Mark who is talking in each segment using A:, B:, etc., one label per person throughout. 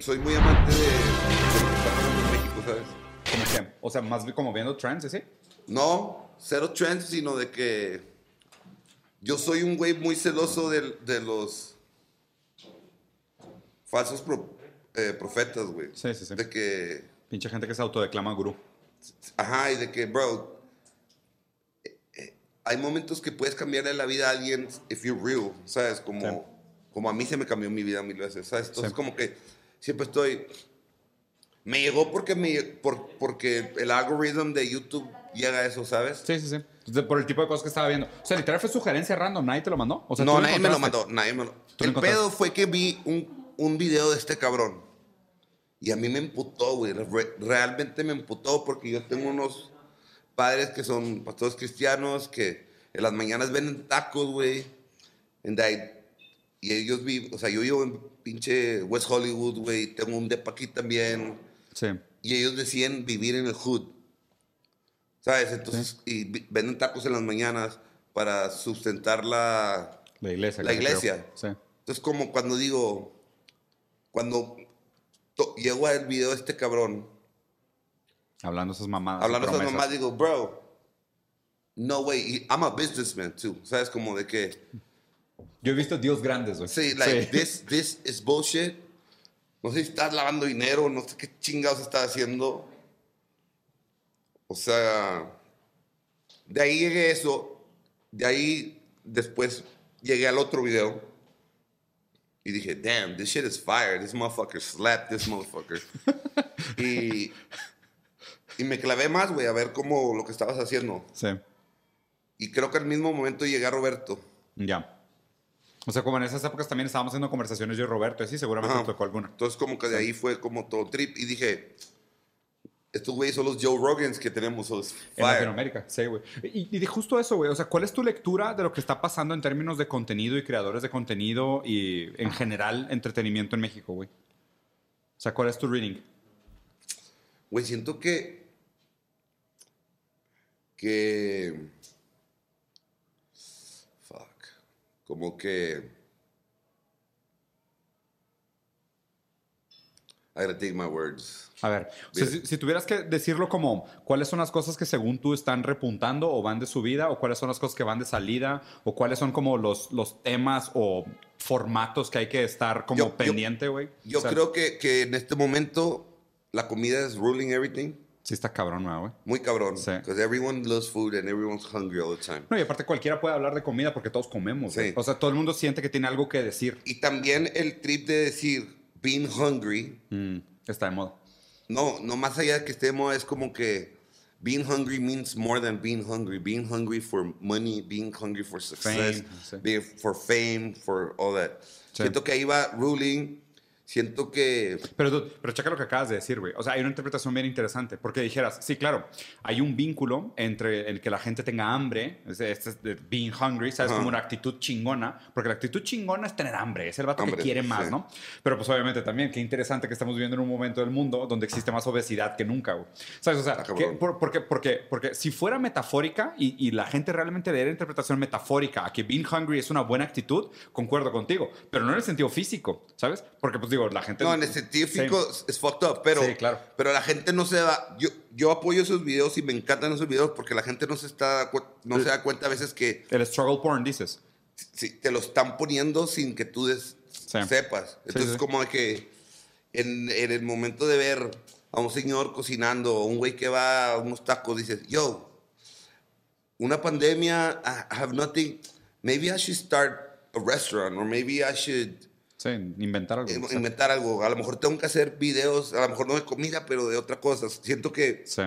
A: soy muy amante de, de lo que está pasando en México, ¿sabes?
B: Como que, o sea, más como viendo trends, ¿sí?
A: No, cero trends, sino de que yo soy un güey muy celoso de, de los falsos pro- eh, profetas, güey.
B: Sí, sí, sí.
A: De que,
B: Pinche gente que se autodeclama gurú.
A: ajá, y de que, bro, eh, eh, hay momentos que puedes cambiarle la vida a alguien if you're real, ¿sabes? Como,
B: Sí.
A: como a mí se me cambió mi vida mil veces, ¿sabes? Entonces,
B: Sí.
A: como que siempre estoy... Me llegó porque, me, por- porque el algoritmo de YouTube llega a eso, ¿sabes?
B: Sí, sí, sí. Entonces, por el tipo de cosas que estaba viendo. O sea, literal fue sugerencia random, nadie te lo mandó. O sea, tú
A: no,
B: lo
A: nadie me lo
B: encontraste.
A: mandó. Nadie me lo...
B: lo
A: El
B: encontraste.
A: pedo fue que vi un, un video de este cabrón. Y a mí me emputó, güey. Re- realmente me emputó porque yo tengo unos padres que son pastores cristianos que en las mañanas venden tacos, güey. And I- Y ellos viven, o sea, yo vivo en pinche West Hollywood, güey. Tengo un depa aquí también
B: Sí.
A: y ellos deciden vivir en el hood. ¿Sabes? Entonces, y vi- venden tacos en las mañanas para sustentar la...
B: La iglesia.
A: La
B: casi creo.
A: iglesia.
B: Sí.
A: Entonces, como cuando digo, cuando to- llego al video de este cabrón,
B: Hablando esas mamadas.
A: hablando con
B: Ah, promesas.
A: mamá, digo, bro, no way, y I'm a businessman too. ¿Sabes? Como de que,
B: Yo he visto Dios grandes, güey.
A: sí, like,
B: Sí.
A: this, this is bullshit. No sé si estás lavando dinero, no sé qué chingados estás haciendo. O sea, de ahí llegué a eso. De ahí después llegué al otro video. Y dije, damn, this shit is fire. This motherfucker slap this motherfucker. y, y me clavé más, güey, a ver cómo lo que estabas haciendo.
B: Sí.
A: Y creo que al mismo momento llegué a Roberto.
B: Ya. O sea, como en esas épocas también estábamos haciendo conversaciones yo y Roberto, y sí, seguramente
A: Ajá.
B: te tocó alguna.
A: Entonces, como que de ahí fue como todo trip. Y dije, estos güeyes son los Joe Rogans que tenemos. Los
B: En
A: fire.
B: Latinoamérica, sí, güey. Y, y de justo eso, güey. O sea, ¿cuál es tu lectura de lo que está pasando en términos de contenido y creadores de contenido y en general entretenimiento en México, güey? O sea, ¿cuál es tu reading?
A: Güey, siento que. Que. Fuck. Como que. I gotta take my words.
B: A ver, o sea, si, si tuvieras que decirlo como, ¿cuáles son las cosas que según tú están repuntando o van de subida? ¿O cuáles son las cosas que van de salida? ¿O cuáles son como los, los temas o formatos que hay que estar como
A: Yo- yo-
B: pendiente, güey?
A: Yo
B: O sea,
A: creo que, que en este momento la comida es ruling everything.
B: Sí está cabrón, ¿no, güey.
A: Muy cabrón.
B: Sí.
A: Because everyone loves food and everyone's hungry all the time.
B: No, y aparte cualquiera puede hablar de comida porque todos comemos,
A: Sí.
B: güey. O sea, todo el mundo siente que tiene algo que decir.
A: Y también el trip de decir being hungry,
B: Mm, está de moda.
A: no, no más allá de que estemos, es como que being hungry means more than being hungry. Being hungry for money, being hungry for success,
B: Fame, sí.
A: being for fame, for all that.
B: Sí.
A: Siento que ahí va ruling, siento que
B: Pero, dude, pero checa lo que acabas de decir, güey. O sea, hay una interpretación bien interesante. Porque dijeras, sí, claro, hay un vínculo entre el que la gente tenga hambre, este, este es de being hungry, ¿sabes?
A: Ajá.
B: Como una actitud chingona. Porque la actitud chingona es tener hambre, es el vato
A: Hambre,
B: que quiere más,
A: sí.
B: ¿no? Pero pues obviamente también, qué interesante que estamos viviendo en un momento del mundo donde existe más obesidad que nunca, güey. ¿Sabes? O sea,
A: Ah, cabrón.
B: que- por- porque, porque, porque si fuera metafórica y, y la gente realmente le diera interpretación metafórica a que being hungry es una buena actitud, concuerdo contigo. Pero no en el sentido fentido físico, ¿sabes? Porque, pues digo, la gente.
A: No, en el científico es fucked up, pero,
B: Sí, claro.
A: pero la gente no se va. Yo, yo apoyo esos videos y me encantan esos videos porque la gente no se, está, cu- no se da cuenta a veces que
B: El struggle porn, dices.
A: si- te lo están poniendo sin que tú des-
B: Sí.
A: sepas. Entonces,
B: sí.
A: como que en, en el momento de ver a un señor cocinando o un güey que va a unos tacos, dices, yo, una pandemia, I I have nothing. Maybe I should start a restaurant or maybe I should
B: Sí, inventar algo.
A: in-
B: Sí.
A: inventar algo. A lo mejor tengo que hacer videos, a lo mejor no de comida, pero de otras cosas. Siento que
B: Sí,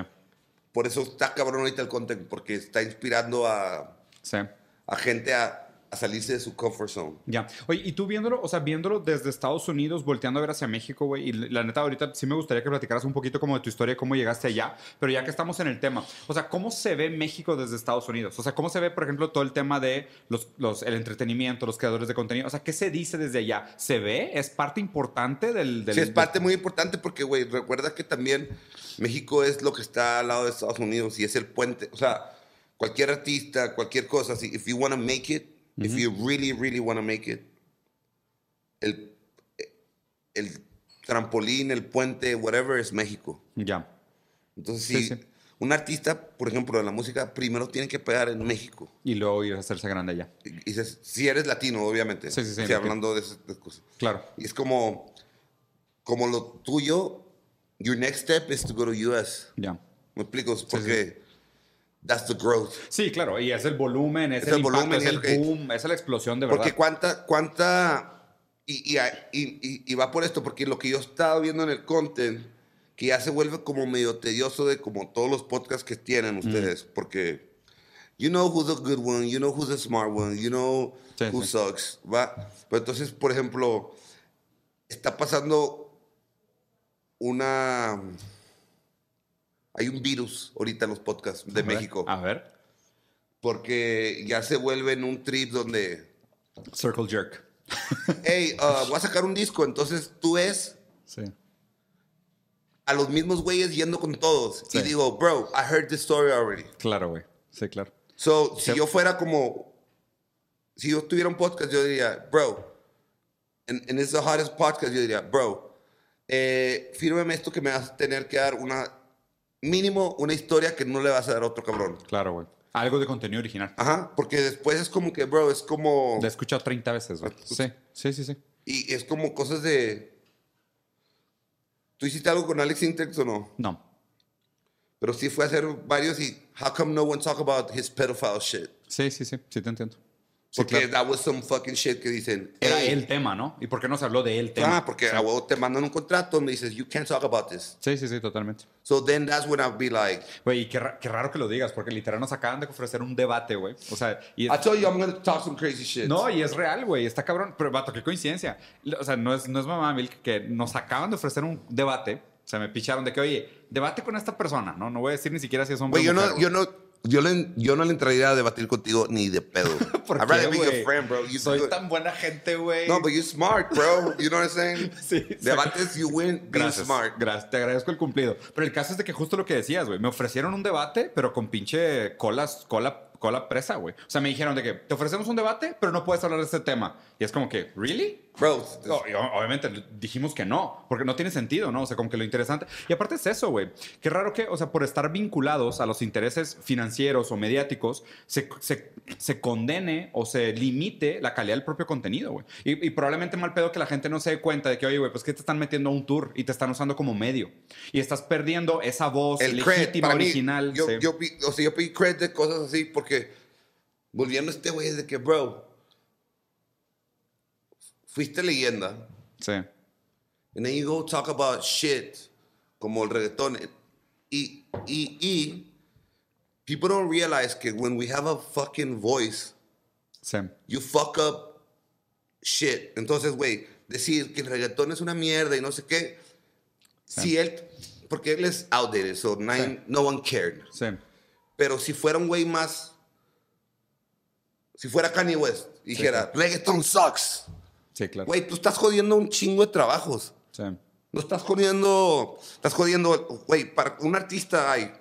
A: por eso está cabrón ahorita el content, porque está inspirando a,
B: sí.
A: a gente a, a salirse de su comfort zone.
B: Ya. Oye, y tú viéndolo, o sea, viéndolo desde Estados Unidos, volteando a ver hacia México, güey, y la neta, ahorita sí me gustaría que platicaras un poquito como de tu historia, cómo llegaste allá, pero ya que estamos en el tema, o sea, ¿cómo se ve México desde Estados Unidos? O sea, ¿cómo se ve, por ejemplo, todo el tema de los, los, el entretenimiento, los creadores de contenido? O sea, ¿qué se dice desde allá? ¿Se ve? ¿Es parte importante del... del
A: Sí, es parte muy importante porque, güey, recuerda que también México es lo que está al lado de Estados Unidos y es el puente. O sea, cualquier artista, cualquier cosa, si if you want to make it, if you really, really want to make it, el, el trampolín, el puente, whatever, es México.
B: Ya.
A: Entonces,
B: Sí,
A: sí,
B: sí.
A: un artista, por ejemplo, de la música, primero tiene que pegar en México.
B: Y luego ir a hacerse grande allá.
A: Y y dices, si eres latino, obviamente.
B: Sí, sí, sí,
A: Sí,
B: ok.
A: hablando de esas cosas.
B: Claro.
A: Y es como, como lo tuyo, your next step is to go to US.
B: Ya.
A: ¿Me explico? Porque that's the growth.
B: Sí, claro. Y es el volumen, es,
A: Es
B: el,
A: el
B: impacto,
A: volumen y
B: es el
A: es lo que-
B: boom, es la explosión de verdad.
A: Porque cuánta, cuánta, y, y, y- y- y va por esto, porque lo que yo estaba viendo en el content, que ya se vuelve como medio tedioso de como todos los podcasts que tienen
B: Mm.
A: ustedes, porque you know who's a good one, you know who's a smart one, you know
B: Sí,
A: who
B: sí.
A: sucks, ¿va? Pero entonces, por ejemplo, está pasando una... Hay un virus ahorita en los podcasts de
B: A ver, Ah.
A: México,
B: A ver.
A: porque ya se vuelve en un trip donde
B: Circle jerk.
A: hey, uh, voy a sacar un disco. Entonces tú ves
B: Sí.
A: a los mismos güeyes yendo con todos.
B: Sí.
A: Y digo, bro, I heard this story already.
B: Claro, güey. Sí, claro.
A: So, si
B: Sí.
A: yo fuera como, si yo tuviera un podcast, yo diría, bro, and, and it's the hottest podcast, yo diría, bro, eh, fírmeme esto que me vas a tener que dar una, mínimo una historia que no le vas a dar a otro cabrón.
B: Claro, güey. Algo de contenido original.
A: Ajá, porque después es como que, bro, es como...
B: La he escuchado 30 veces, güey. Sí, sí, sí, sí.
A: Y es como cosas de... ¿Tú hiciste algo con Alex Intex o no?
B: No.
A: Pero sí fue a hacer varios y how come no one talk about his pedophile shit?
B: Sí, sí, sí. Sí, te entiendo. Sí,
A: Porque
B: claro.
A: that was some fucking shit que dicen.
B: Era
A: "Hey".
B: el tema, ¿no? ¿Y por qué no se habló de él tema?
A: Eh. Ah, porque a huevo te mandan un contrato me dices, you can't talk about this.
B: Sí, sí, sí, totalmente.
A: So then that's when I'll be like,
B: Güey, y qué, ra- qué raro que lo digas, porque literal nos acaban de ofrecer un debate, güey. O sea, y es-
A: I tell you I'm going to talk some crazy shit.
B: no, y es real, güey. Está cabrón. Pero, vato, qué coincidencia. O sea, no es, no es mamá, Milk, que nos acaban de ofrecer un debate. O sea, me picharon de que, oye, debate con esta persona, ¿no? No voy a decir ni siquiera si es hombre
A: Güey,
B: o
A: yo
B: mujer,
A: no,
B: güey.
A: yo no, yo, le, yo no le entraría a debatir contigo ni de pedo.
B: ¿Por
A: I'd
B: qué,
A: rather be
B: güey?
A: your friend, bro. You
B: Soy
A: good.
B: tan buena gente, güey.
A: No, but you're smart, bro. You know what I'm saying?
B: Sí, sí.
A: Debates, you win, be
B: Gracias,
A: smart.
B: gracias, te agradezco el cumplido. Pero el caso es de que justo lo que decías, güey, me ofrecieron un debate, pero con pinche colas, cola, cola presa, güey. O sea, me dijeron de que te ofrecemos un debate, pero no puedes hablar de este tema. Y es como que, ¿really?
A: Bro,
B: No, y o- obviamente dijimos que no, porque no tiene sentido, ¿no? O sea, como que lo interesante. Y aparte es eso, güey. Qué raro que, o sea, por estar vinculados a los intereses financieros o mediáticos, se, se- se condene o se limite la calidad del propio contenido, güey. Y, y probablemente mal pedo que la gente no se dé cuenta de que, oye, güey, pues que te están metiendo a un tour y te están usando como medio. Y estás perdiendo esa voz
A: el cred
B: legítima,
A: para mí,
B: original.
A: yo,
B: sí.
A: yo pi- o sea, yo pedí cred de cosas así porque volviendo a este güey es de que, bro, fuiste leyenda.
B: Sí.
A: And then you go talk about shit como el reggaetón. Y, y, y people don't realize que when we have a fucking voice,
B: Sí.
A: you fuck up shit. Entonces, güey, decir que el reggaetón es una mierda y no sé qué, si él, porque él es outdated, so nine, no one cared.
B: Sí.
A: Pero si fuera un güey más. Si fuera Kanye West, dijera, reggaeton sucks.
B: Sí, claro.
A: Güey, tú estás jodiendo un chingo de trabajos.
B: Sí.
A: No estás jodiendo. Estás jodiendo. Güey, para un artista hay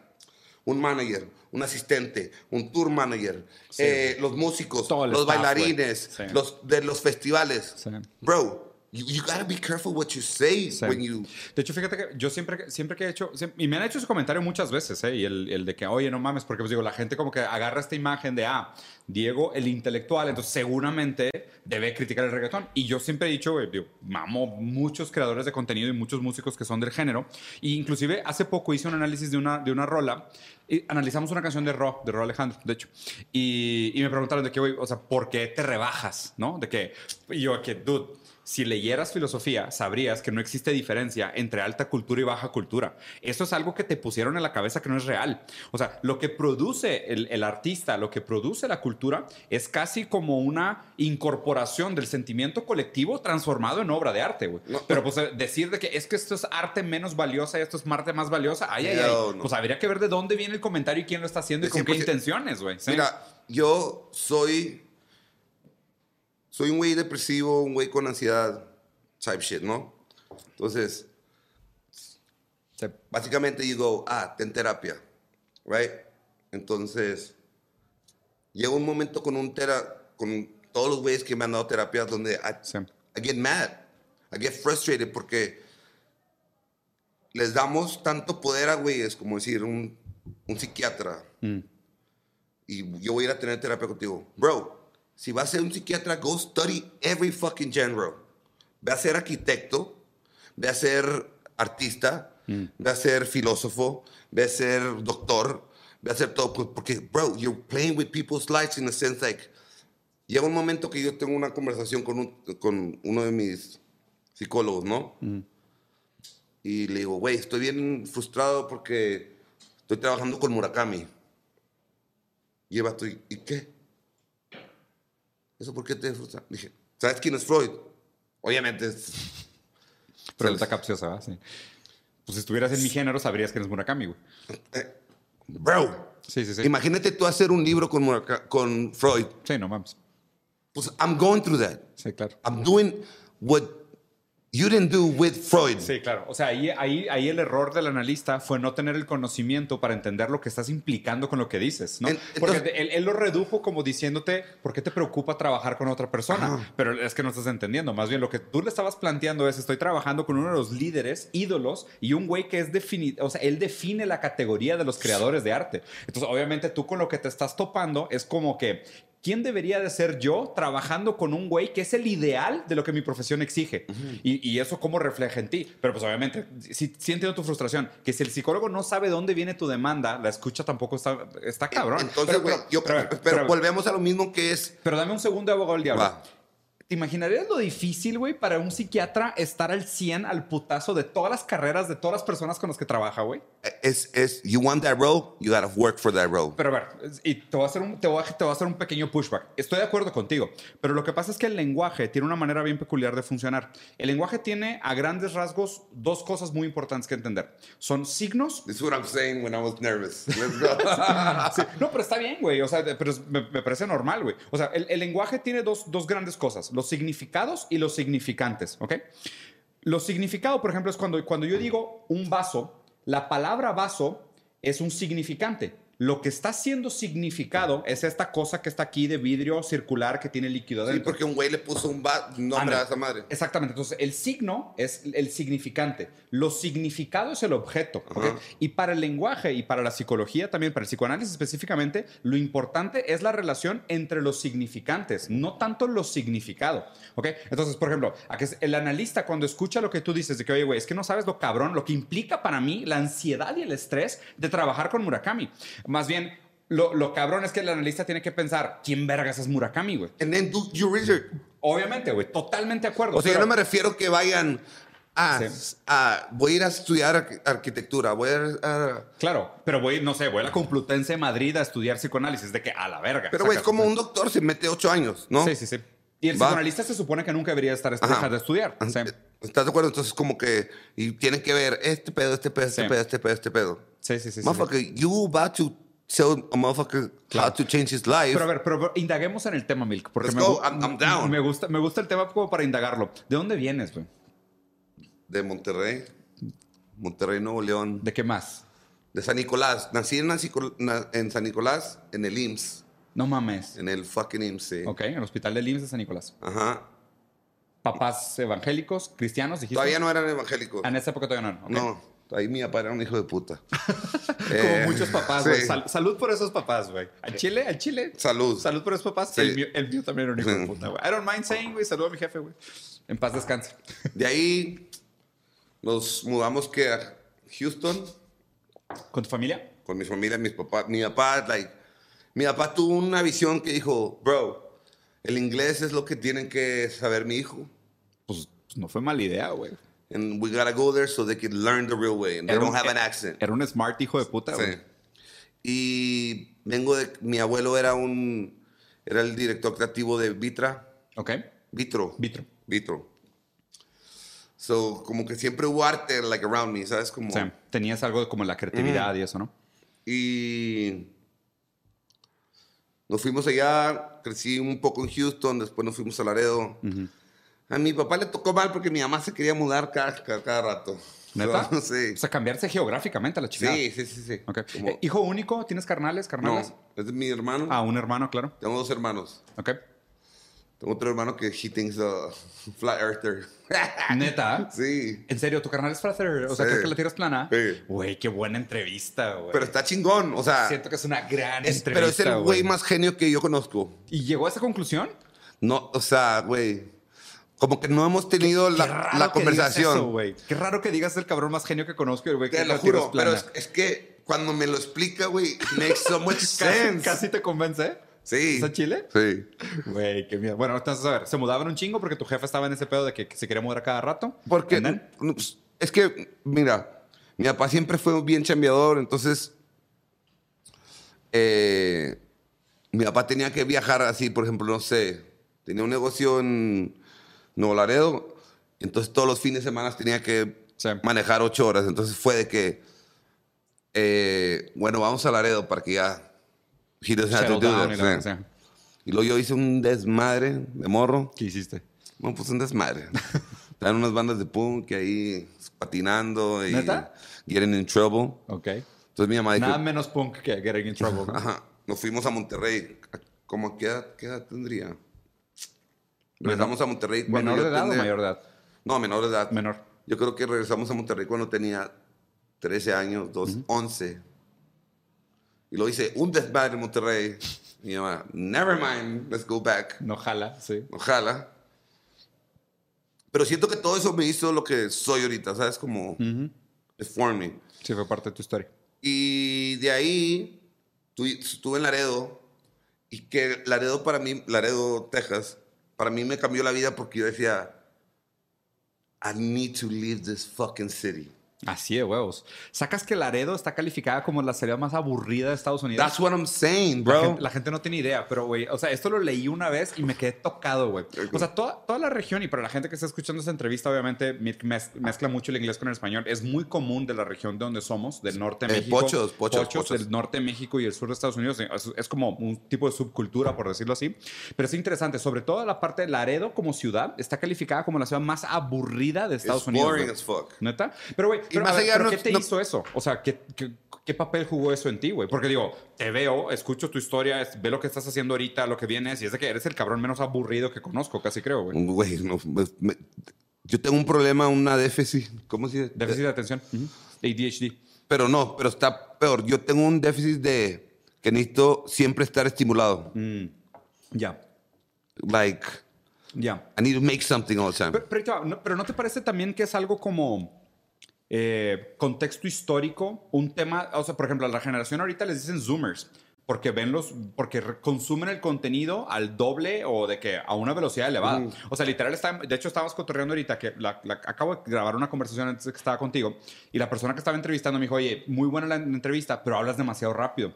A: un manager, un asistente, un tour manager,
B: Sí.
A: eh, los músicos,
B: Todo el
A: los
B: staff,
A: bailarines,
B: güey. Sí.
A: los de los festivales.
B: Sí.
A: Bro, you, you gotta be careful what you say
B: Sí.
A: when you.
B: De hecho, fíjate que yo siempre, que- siempre que he hecho, siem- y me han hecho ese comentario muchas veces, ¿eh? y el, el de que, oye, no mames, porque pues digo, la gente como que agarra esta imagen de, ah, Diego el intelectual, entonces seguramente debe criticar el reggaetón. Y yo siempre he dicho, güey, digo, mamo muchos creadores de contenido y muchos músicos que son del género. Y inclusive hace poco hice un análisis de una, de una rola, y analizamos una canción de Ro, de Ro Alejandro, de hecho, y, y me preguntaron de que, güey, o sea, ¿por qué te rebajas? ¿No? De que, y yo, que, dude. Si leyeras filosofía, sabrías que no existe diferencia entre alta cultura y baja cultura. Eso es algo que te pusieron en la cabeza que no es real. O sea, lo que produce el, el artista, lo que produce la cultura, es casi como una incorporación del sentimiento colectivo transformado en obra de arte, güey.
A: No.
B: Pero pues eh, decir de que es que esto es arte menos valiosa y esto es arte más valiosa, ay, ay, ay.
A: No, no.
B: Pues habría que ver de dónde viene el comentario y quién lo está haciendo y
A: De
B: con qué
A: 100%.
B: intenciones, güey. Sí.
A: Mira, yo soy. Soy un güey depresivo, un güey con ansiedad, type shit, ¿no? Entonces,
B: Sí.
A: básicamente you go, ah, ten terapia, right? Entonces, llega un momento con un tera, con todos ah, los güeyes que me han dado terapia donde I,
B: Sí.
A: I get mad, I get frustrated porque les damos tanto poder a güeyes como decir un, un psiquiatra
B: Mm.
A: y yo voy a ir a tener terapia contigo. Bro, si vas a ser un psiquiatra, go study every fucking genre. Ve a ser arquitecto, ve a ser artista, ve a ser filósofo, ve a ser doctor, ve a ser todo. pues, Porque, bro, you're playing with people's lives in a sense like. Llega un momento que yo tengo una conversación con, un- con uno de mis psicólogos, ¿no? Y le digo, güey, estoy bien frustrado porque estoy trabajando con Murakami. Lleva tú, ¿y qué? ¿Eso por qué te frustra? Dije, ¿sabes quién es Freud? Obviamente, es-
B: Pregunta capciosa, ¿verdad? Sí. Pues si estuvieras en mi género, sabrías que eres Murakami, güey.
A: bro.
B: Sí, sí, sí.
A: Imagínate tú hacer un libro con, Muraka- con Freud.
B: sí, no mames.
A: Pues I'm going through that.
B: Sí, claro.
A: I'm doing what you didn't do with Freud.
B: Sí, claro. O sea, ahí, ahí, ahí el error del analista fue no tener el conocimiento para entender lo que estás implicando con lo que dices, ¿no?
A: En-
B: Porque
A: entonces-
B: te- él, él lo redujo como diciéndote, ¿por qué te preocupa trabajar con otra persona?
A: Ajá.
B: Pero es que no estás entendiendo. Más bien, lo que tú le estabas planteando es, estoy trabajando con uno de los líderes, ídolos, y un güey que es definido, o sea, él define la categoría de los creadores de arte. Entonces, obviamente, tú con lo que te estás topando es como que... ¿Quién debería de ser yo trabajando con un güey que es el ideal de lo que mi profesión exige? y, y eso cómo refleja en ti. Pero pues obviamente, sí, sí entiendo tu frustración, que si el psicólogo no sabe dónde viene tu demanda, la escucha tampoco está, está cabrón.
A: Entonces,
B: Pero-
A: güey, yo-
B: pero-
A: pero,
B: pero-
A: volvemos a lo mismo que es.
B: pero dame un segundo de abogado del diablo.
A: Va.
B: ¿Te imaginarías lo difícil, güey, para un psiquiatra estar al 100 al putazo de todas las carreras, de todas las personas con las que trabaja, güey?
A: Es, es, you want that role, you gotta work for that role.
B: Pero a ver, y te voy a, hacer un, te, voy a, te voy a hacer un pequeño pushback. Estoy de acuerdo contigo, pero lo que pasa es que el lenguaje tiene una manera bien peculiar de funcionar. El lenguaje tiene a grandes rasgos dos cosas muy importantes que entender. Son signos
A: This is what I'm saying when I was nervous. Let's go.
B: Sí. No, pero está bien, güey. O sea, de- pero es- me, me parece normal, güey. O sea, el, el lenguaje tiene dos, dos grandes cosas: los significados y los significantes, ¿ok? Los significados, por ejemplo, es cuando, cuando yo digo un vaso, la palabra vaso es un significante. Lo que está siendo significado es esta cosa que está aquí de vidrio circular que tiene líquido
A: Sí,
B: dentro.
A: porque un güey le puso un ba- un nombre
B: Ándale.
A: a esa madre.
B: Exactamente. Entonces, el signo es el significante. Lo significado es el objeto. ¿ok?
A: Ajá.
B: Y para el lenguaje y para la psicología también, para el psicoanálisis específicamente, lo importante es la relación entre los significantes, no tanto lo significado. ¿ok? Entonces, por ejemplo, a que el analista cuando escucha lo que tú dices de que, oye, güey, es que no sabes lo cabrón, lo que implica para mí la ansiedad y el estrés de trabajar con Murakami. Más bien, lo, lo cabrón es que el analista tiene que pensar, ¿quién vergas es Murakami, güey?
A: And then do your research.
B: Obviamente, güey, totalmente de acuerdo.
A: O sea, yo
B: pero-
A: no me refiero que vayan a,
B: Sí.
A: a- voy a ir a estudiar arqu- arquitectura, voy a, ir a-
B: Claro, pero voy, no sé, voy a la Complutense de Madrid a estudiar psicoanálisis, de que a la verga.
A: Pero güey, es
B: sacas-
A: como un doctor se mete ocho años, ¿no?
B: Sí, sí, sí. Y el
A: Va.
B: psicoanalista se supone que nunca debería estar
A: Ajá.
B: dejar de estudiar.
A: Ah,
B: Sí,
A: ¿Estás de acuerdo? Entonces como que y tienen que ver este pedo, este pedo, este
B: Sí.
A: pedo, este pedo, este pedo.
B: sí, sí. sí, sí.
A: motherfucker, you about to tell a motherfucker how to change his life.
B: Pero a ver, pero indaguemos en el tema, Milk, porque
A: Let's
B: me,
A: go,
B: gu-
A: I'm- I'm down.
B: me gusta, me gusta el tema como para indagarlo. ¿De dónde vienes, güey?
A: De Monterrey, Monterrey, Nuevo León,
B: ¿De qué más?
A: de San Nicolás. Nací en, Nancico- na- en San Nicolás, en el IMSS,
B: No mames.
A: en el fucking IMSS. sí.
B: Ok, en el hospital del IMSS de San Nicolás.
A: Ajá.
B: Papás evangélicos, cristianos, dijiste. Ah,
A: Todavía no eran evangélicos.
B: En esa época todavía no. ok.
A: No, ahí mi papá era un hijo de puta.
B: Como
A: Eh,
B: muchos papás, güey.
A: sí.
B: Sal- salud por esos papás, güey. Al Chile, al Chile.
A: Salud.
B: Salud por esos papás.
A: Sí.
B: El, mío, el mío también era un hijo de
A: Sí.
B: puta, güey. I don't mind saying, güey. Saludo a mi jefe, güey. En paz descanse.
A: De ahí nos mudamos que a Houston
B: ¿Con tu familia?
A: con mi familia, mis papás. Mi papá, like, mi papá tuvo una visión que dijo, bro, el inglés es lo que tienen que saber mi hijo.
B: Pues, pues no fue mala idea, güey.
A: And we gotta go there so they can learn the real way and they
B: Era
A: don't
B: un- e-,
A: have an accent.
B: Era un smart hijo de puta,
A: Sí.
B: güey.
A: Y vengo de, mi abuelo era un, era el director creativo de Vitra.
B: Ok.
A: Vitro.
B: Vitro.
A: Vitro. So, como que siempre hubo arte, like, around me, ¿sabes? Como,
B: O sea, tenías algo de como la creatividad y eso, ¿no?
A: Y nos fuimos allá, crecí un poco en Houston, después nos fuimos a Laredo. A mi papá le tocó mal porque mi mamá se quería mudar cada, cada, cada rato.
B: ¿Neta?
A: So, sí.
B: O sea, cambiarse geográficamente a la chingada.
A: sí, sí, sí, sí.
B: Ok.
A: Como-
B: Eh, ¿Hijo único? ¿Tienes carnales,
A: no,
B: carnales?
A: es de mi hermano.
B: Ah, un hermano, claro.
A: Tengo dos hermanos.
B: Ok.
A: Tengo otro hermano que he thinks a flat earther.
B: Neta.
A: Sí.
B: En serio, tu carnal es flat earther? O sea,
A: Sí.
B: ¿crees que la tierra es plana?
A: Sí.
B: Güey, qué buena entrevista, güey.
A: Pero está chingón, o sea.
B: Siento que es una gran
A: es-
B: entrevista.
A: pero es el güey más genio que yo conozco.
B: ¿Y llegó a esa conclusión?
A: No, o sea, güey. Como que no hemos tenido
B: Qué
A: la,
B: raro
A: la
B: que digas eso,
A: conversación.
B: güey. Qué raro que digas el cabrón más genio que conozco, el güey. que
A: Te lo
B: la tierra es
A: juro, pero
B: plana.
A: es, es que cuando me lo explica, güey, makes so much
B: casi,
A: sense.
B: casi te convence.
A: Sí.
B: ¿Es a Chile?
A: Sí.
B: Güey, qué miedo. Bueno, entonces, a ver, se mudaban un chingo porque tu jefe estaba en ese pedo de que se quería mudar a cada rato.
A: Porque
B: Andan.
A: no, pues, es que, mira, mi papá siempre fue bien chambeador, entonces eh, mi papá tenía que viajar así, por ejemplo, no sé, tenía un negocio en Nuevo Laredo, entonces todos los fines de semana tenía que
B: Sí.
A: manejar ocho horas, entonces fue de que, eh, bueno, vamos a Laredo para que ya... he doesn't have to
B: Settle
A: do
B: down y
A: that,
B: la-
A: sí.
B: o sea,
A: Y luego yo hice un desmadre de morro.
B: ¿Qué hiciste?
A: Bueno, pues un desmadre. Están unas bandas de punk ahí patinando y
B: ¿Neta?
A: getting in trouble.
B: Ok.
A: Entonces mi mamá dijo,
B: Nada menos punk que Getting in Trouble. ¿no?
A: ajá, nos fuimos a Monterrey. ¿Cómo qué edad, qué edad tendría? Regresamos a Monterrey cuando
B: ¿Menor
A: yo
B: de edad o
A: tenía-
B: mayor de edad?
A: No, menor de edad.
B: Menor.
A: Yo creo que regresamos a Monterrey cuando tenía 13 años, dos, 11. Y lo hice un desmadre en Monterrey. Mi mamá, never mind, let's go back.
B: No jala, sí.
A: Ojalá. Pero siento que todo eso me hizo lo que soy ahorita, ¿sabes? Como es forming.
B: Sí, fue parte de tu historia.
A: Y de ahí tu- estuve en Laredo y que Laredo para mí, Laredo, Texas, para mí me cambió la vida porque yo decía, I need to leave this fucking city.
B: Así de huevos. ¿Sacas que Laredo está calificada como la ciudad más aburrida de Estados Unidos?
A: That's what I'm saying,
B: La
A: bro.
B: gente, la gente no tiene idea, pero güey, o sea, esto lo leí una vez y me quedé tocado, güey. O sea, toda, toda la región y para la gente que está escuchando esta entrevista, obviamente mez- mez- mezcla mucho el inglés con el español. Es muy común de la región de donde somos, del norte de
A: Eh,
B: México.
A: pochos, pochos, pochos.
B: Del norte de México y el sur de Estados Unidos. Es, es como un tipo de subcultura, por decirlo así. Pero es interesante, sobre todo la parte de Laredo como ciudad, está calificada como la ciudad más aburrida de Estados
A: It's
B: Unidos.
A: boring
B: güey.
A: as fuck.
B: ¿Neta? Pero, güey, pero,
A: más
B: a ver,
A: allá
B: ¿pero
A: no-
B: ¿qué te
A: no-
B: hizo eso? O sea, ¿qué, qué, qué papel jugó eso en ti, güey? Porque digo, te veo, escucho tu historia, es- ve lo que estás haciendo ahorita, lo que vienes, y es de que eres el cabrón menos aburrido que conozco, casi creo, güey.
A: Güey, no, me- me- yo tengo un problema, una déficit. ¿Cómo se dice?
B: Déficit de atención.
A: Eh.
B: Ujú. ADHD.
A: Pero no, pero está peor. Yo tengo un déficit de que necesito siempre estar estimulado.
B: Mm. Ya,
A: Like,
B: ya.
A: I need to make something all the time.
B: Pero, pero ahí te va, no, pero ¿no te parece también que es algo como eh, contexto histórico? Un tema, o sea, por ejemplo, a la generación ahorita les dicen Zoomers. Porque ven los, porque re- consumen el contenido al doble o de que a una velocidad elevada.
A: Mm.
B: O sea, literal, está, de hecho, estábamos cotorreando ahorita que la- la- acabo de grabar una conversación antes de que estaba contigo y la persona que estaba entrevistando me dijo, oye, muy buena la entrevista, pero hablas demasiado rápido.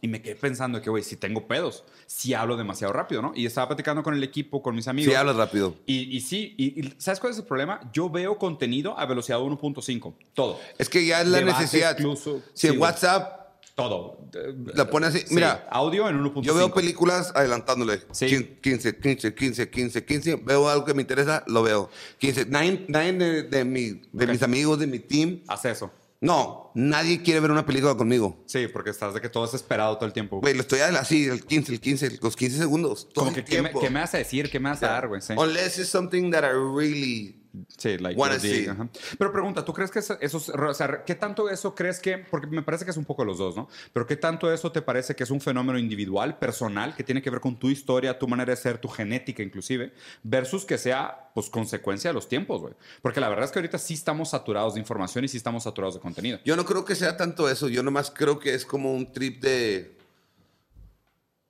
B: Y me quedé pensando que, güey, si tengo pedos, si hablo demasiado rápido, ¿no? Y estaba platicando con el equipo, con mis amigos.
A: sí, hablas rápido.
B: Y, y sí, y, y ¿sabes cuál es el problema? Yo veo contenido a velocidad 1.5. Todo.
A: Es que ya es la
B: Debate
A: necesidad.
B: incluso.
A: si
B: Sí,
A: en
B: güey.
A: WhatsApp
B: Todo. Eh,
A: la pones así,
B: sí,
A: mira,
B: Audio en 1.5.
A: yo veo películas adelantándole.
B: Sí.
A: 15, 15, 15, 15, 15. Veo algo que me interesa, lo veo. 15. Nadie, nadie de, de mi- de
B: Ok.
A: mis amigos, de mi team.
B: Haz eso.
A: No, nadie quiere ver una película conmigo.
B: Sí, porque estás de que todo es esperado todo el tiempo.
A: Güey, lo estoy adela- así, el 15, el 15, los 15 segundos. Todo
B: Como que,
A: el
B: ¿qué me,
A: tiempo.
B: qué me vas a decir? ¿Qué me vas a dar, güey? Sí.
A: Unless it's something that I really
B: Sí, like
A: Wanna
B: lo diga,
A: see.
B: ajá. Pero pregunta, ¿tú crees que eso, eso es- o sea, qué tanto eso crees que, porque me parece que es un poco los dos, ¿no? Pero qué tanto eso te parece que es un fenómeno individual, personal, que tiene que ver con tu historia, tu manera de ser, tu genética inclusive, versus que sea, pues, consecuencia de los tiempos, güey. Porque la verdad es que ahorita sí estamos saturados de información y sí estamos saturados de contenido.
A: Yo no creo que sea tanto eso. Yo nomás creo que es como un trip de.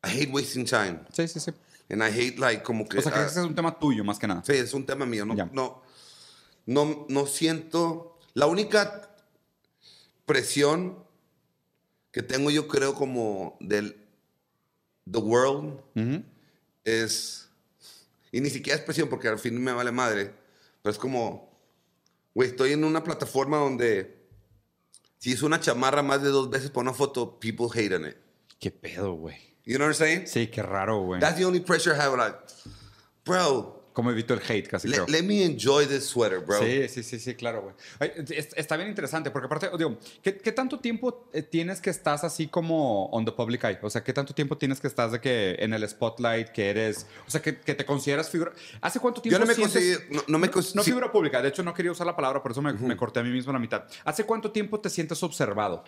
A: I hate wasting time.
B: Sí, sí, sí.
A: And I hate, like, como que.
B: O sea,
A: ah,
B: crees que es un tema tuyo más que nada.
A: sí, es un tema mío. No,
B: Ya.
A: no, no, no siento. La única presión que tengo, yo creo, como del. The world
B: Ujú.
A: es. Y ni siquiera es presión porque al fin me vale madre. Pero es como. Güey, estoy en una plataforma donde. Si es una chamarra más de dos veces por una foto, people hate on it.
B: Qué pedo, güey.
A: You know what I'm saying?
B: Sí, qué raro, güey.
A: That's the only pressure I have. Like, bro,
B: Como evito el hate, casi
A: Le-
B: creo.
A: let me enjoy this sweater, bro.
B: Sí, sí, sí, sí, claro, güey. Ay, es- Está bien interesante, porque aparte, digo, ¿qué, qué tanto tiempo eh, tienes que estás así como on the public eye? O sea, ¿qué tanto tiempo tienes que estás de que en el spotlight, que eres, o sea, que, que te consideras figura? ¿Hace cuánto tiempo
A: Yo no me
B: sientes-
A: considero. No, no me
B: No
A: considero.
B: figura pública, de hecho no quería usar la palabra, por eso me, me corté a mí mismo la mitad. ¿Hace cuánto tiempo te sientes observado?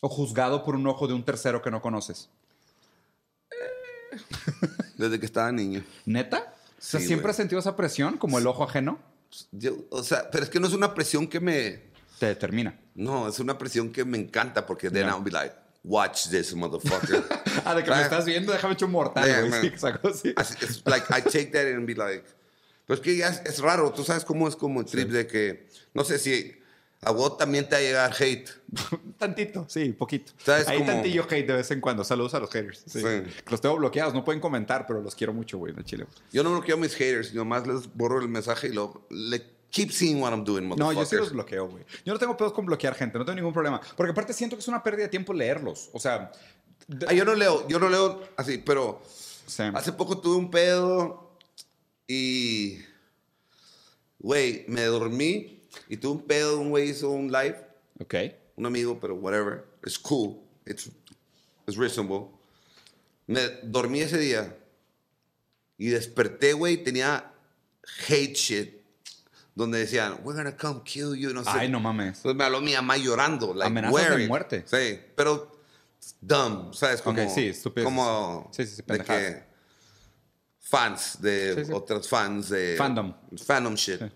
B: O juzgado por un ojo de un tercero que no conoces.
A: desde que estaba niño.
B: ¿Neta? O sea,
A: Sí,
B: ¿siempre
A: güey.
B: has sentido esa presión como el ojo ajeno?
A: Yo- o sea, pero es que no es una presión que me.
B: Te determina.
A: No, es una presión que me encanta porque then
B: Ya.
A: I'll be like, watch this, motherfucker.
B: Ah, de que me
A: Ah.
B: estás viendo, déjame hecho un mortal,
A: Yeah,
B: güey.
A: man.
B: Sí, exacto, sí.
A: Así- it's like, I take that and be like. Pero es que ya es, es raro, tú sabes cómo es como el trip de que. No sé si a vos también te va a llegar hate.
B: Tantito, sí, poquito.
A: ¿Sabes
B: Hay
A: cómo?
B: tantillo hate de vez en cuando. Saludos a los haters. Sí.
A: Sí.
B: Los tengo bloqueados, no pueden comentar, pero los quiero mucho, güey, de Chile. güey.
A: Yo no bloqueo a mis haters, nomás les borro el mensaje y lo. le- keep seeing what eh. I'm doing,
B: No,
A: motherfucker.
B: yo sí los bloqueo, güey. Yo no tengo pedos con bloquear gente, no tengo ningún problema. Porque aparte siento que es una pérdida de tiempo leerlos. O sea, de-
A: Ah, yo no leo, yo no leo así, pero
B: o sea,
A: hace poco tuve un pedo y, güey, me dormí y tuve un pedo, un güey hizo un live,
B: ok.
A: un amigo, pero whatever, it's cool, it's, it's reasonable. Me dormí ese día y desperté, güey, tenía hate shit, donde decían, we're gonna come kill you, no sé.
B: Ay, no mames.
A: Entonces me habló mi mamá llorando. Like,
B: Amenazas
A: wear
B: de
A: it.
B: muerte.
A: Sí, pero dumb, ¿sabes? Como,
B: Ok, sí, estupidez.
A: Como
B: Sí, sí, sí,
A: de
B: pendejadas.
A: que fans de
B: Sí, sí.
A: otras fans de...
B: Fandom.
A: Fandom shit.
B: Sí.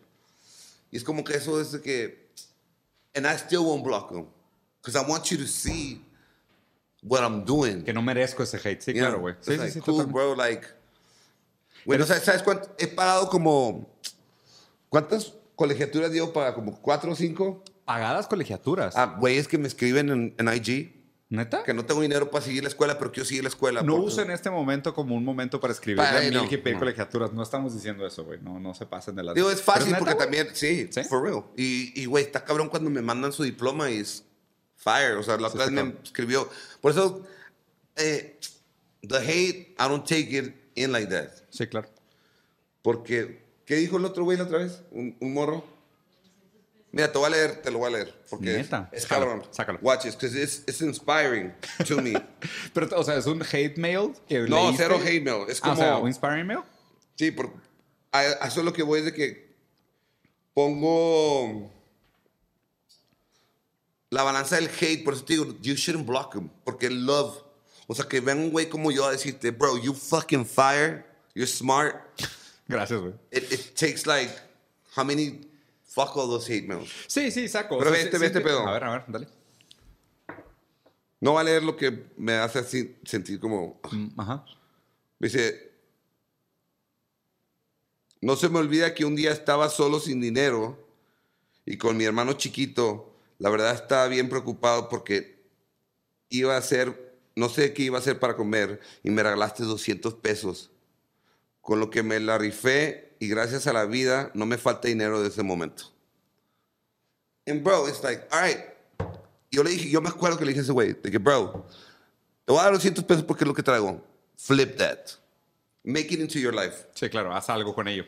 A: Y es como que eso es de que... And I still won't block them. Because I want you to see what I'm doing.
B: Que no merezco ese hate. Sí,
A: You
B: claro,
A: know?
B: güey.
A: It's
B: Sí, sí,
A: like,
B: sí,
A: cool,
B: totalmente.
A: bro, like... Güey, no sabes, ¿sabes cuánto? He pagado como... ¿Cuántas colegiaturas dio para como cuatro o cinco?
B: Pagadas colegiaturas.
A: a güeyes que me escriben en, en IG
B: ¿Neta?
A: Ah, que no tengo dinero para seguir la escuela, pero quiero seguir la escuela.
B: No
A: porque-
B: usen este momento como un momento para escribir
A: Para-
B: a
A: no,
B: Milk y pedir
A: no.
B: colegiaturas. No estamos diciendo eso, güey. No, no se pasen de la...
A: Digo, es fácil porque también, sí,
B: ¿Sí?
A: for real. Y, y, güey, está cabrón cuando me mandan su diploma y es fire. O sea, la
B: Sí,
A: otra vez
B: está
A: me
B: cabrón.
A: escribió. Por eso, eh, the hate, I don't take it in like that.
B: Sí, claro.
A: Porque, ¿qué dijo el otro güey la otra vez? Un, un morro. Mira, te voy a leer, te lo voy a leer. Porque
B: Neta.
A: es
B: Sácalo,
A: cabrón.
B: sácalo.
A: Watch it, because it's, it's inspiring to me.
B: Pero, o sea, es un hate mail que
A: No,
B: leíste?
A: cero hate mail. Es
B: Ah, o
A: como-
B: sea, un inspiring mail.
A: Sí, por, a, a eso lo que voy es de que pongo la balanza del hate, por eso te digo, you shouldn't block him, porque el love, o sea, que ven un güey como yo a decirte, bro, you fucking fire, you're smart,
B: Gracias, güey.
A: it, it takes like, how many, fuck all those hate mails.
B: Sí, sí, saco.
A: Pero
B: O sea,
A: ve este-
B: sí- sí
A: ve este
B: enti-
A: pedo.
B: A ver, a ver, dale.
A: No va a leer lo que me hace así sentir como,
B: Mm, Ajá.
A: Dice, no se me olvida que un día estaba solo sin dinero y con mi hermano chiquito, la verdad estaba bien preocupado porque iba a hacer, no sé qué iba a hacer para comer y me regalaste 200 pesos, con lo que me la rifé y gracias a la vida no me falta dinero de ese momento. And bro, it's like, all right. Yo le dije, yo me acuerdo que le dije a ese güey, de que bro, te voy a dar 200 pesos porque es lo que traigo. Flip that. Make it into your life.
B: Sí, claro, haz algo con ello.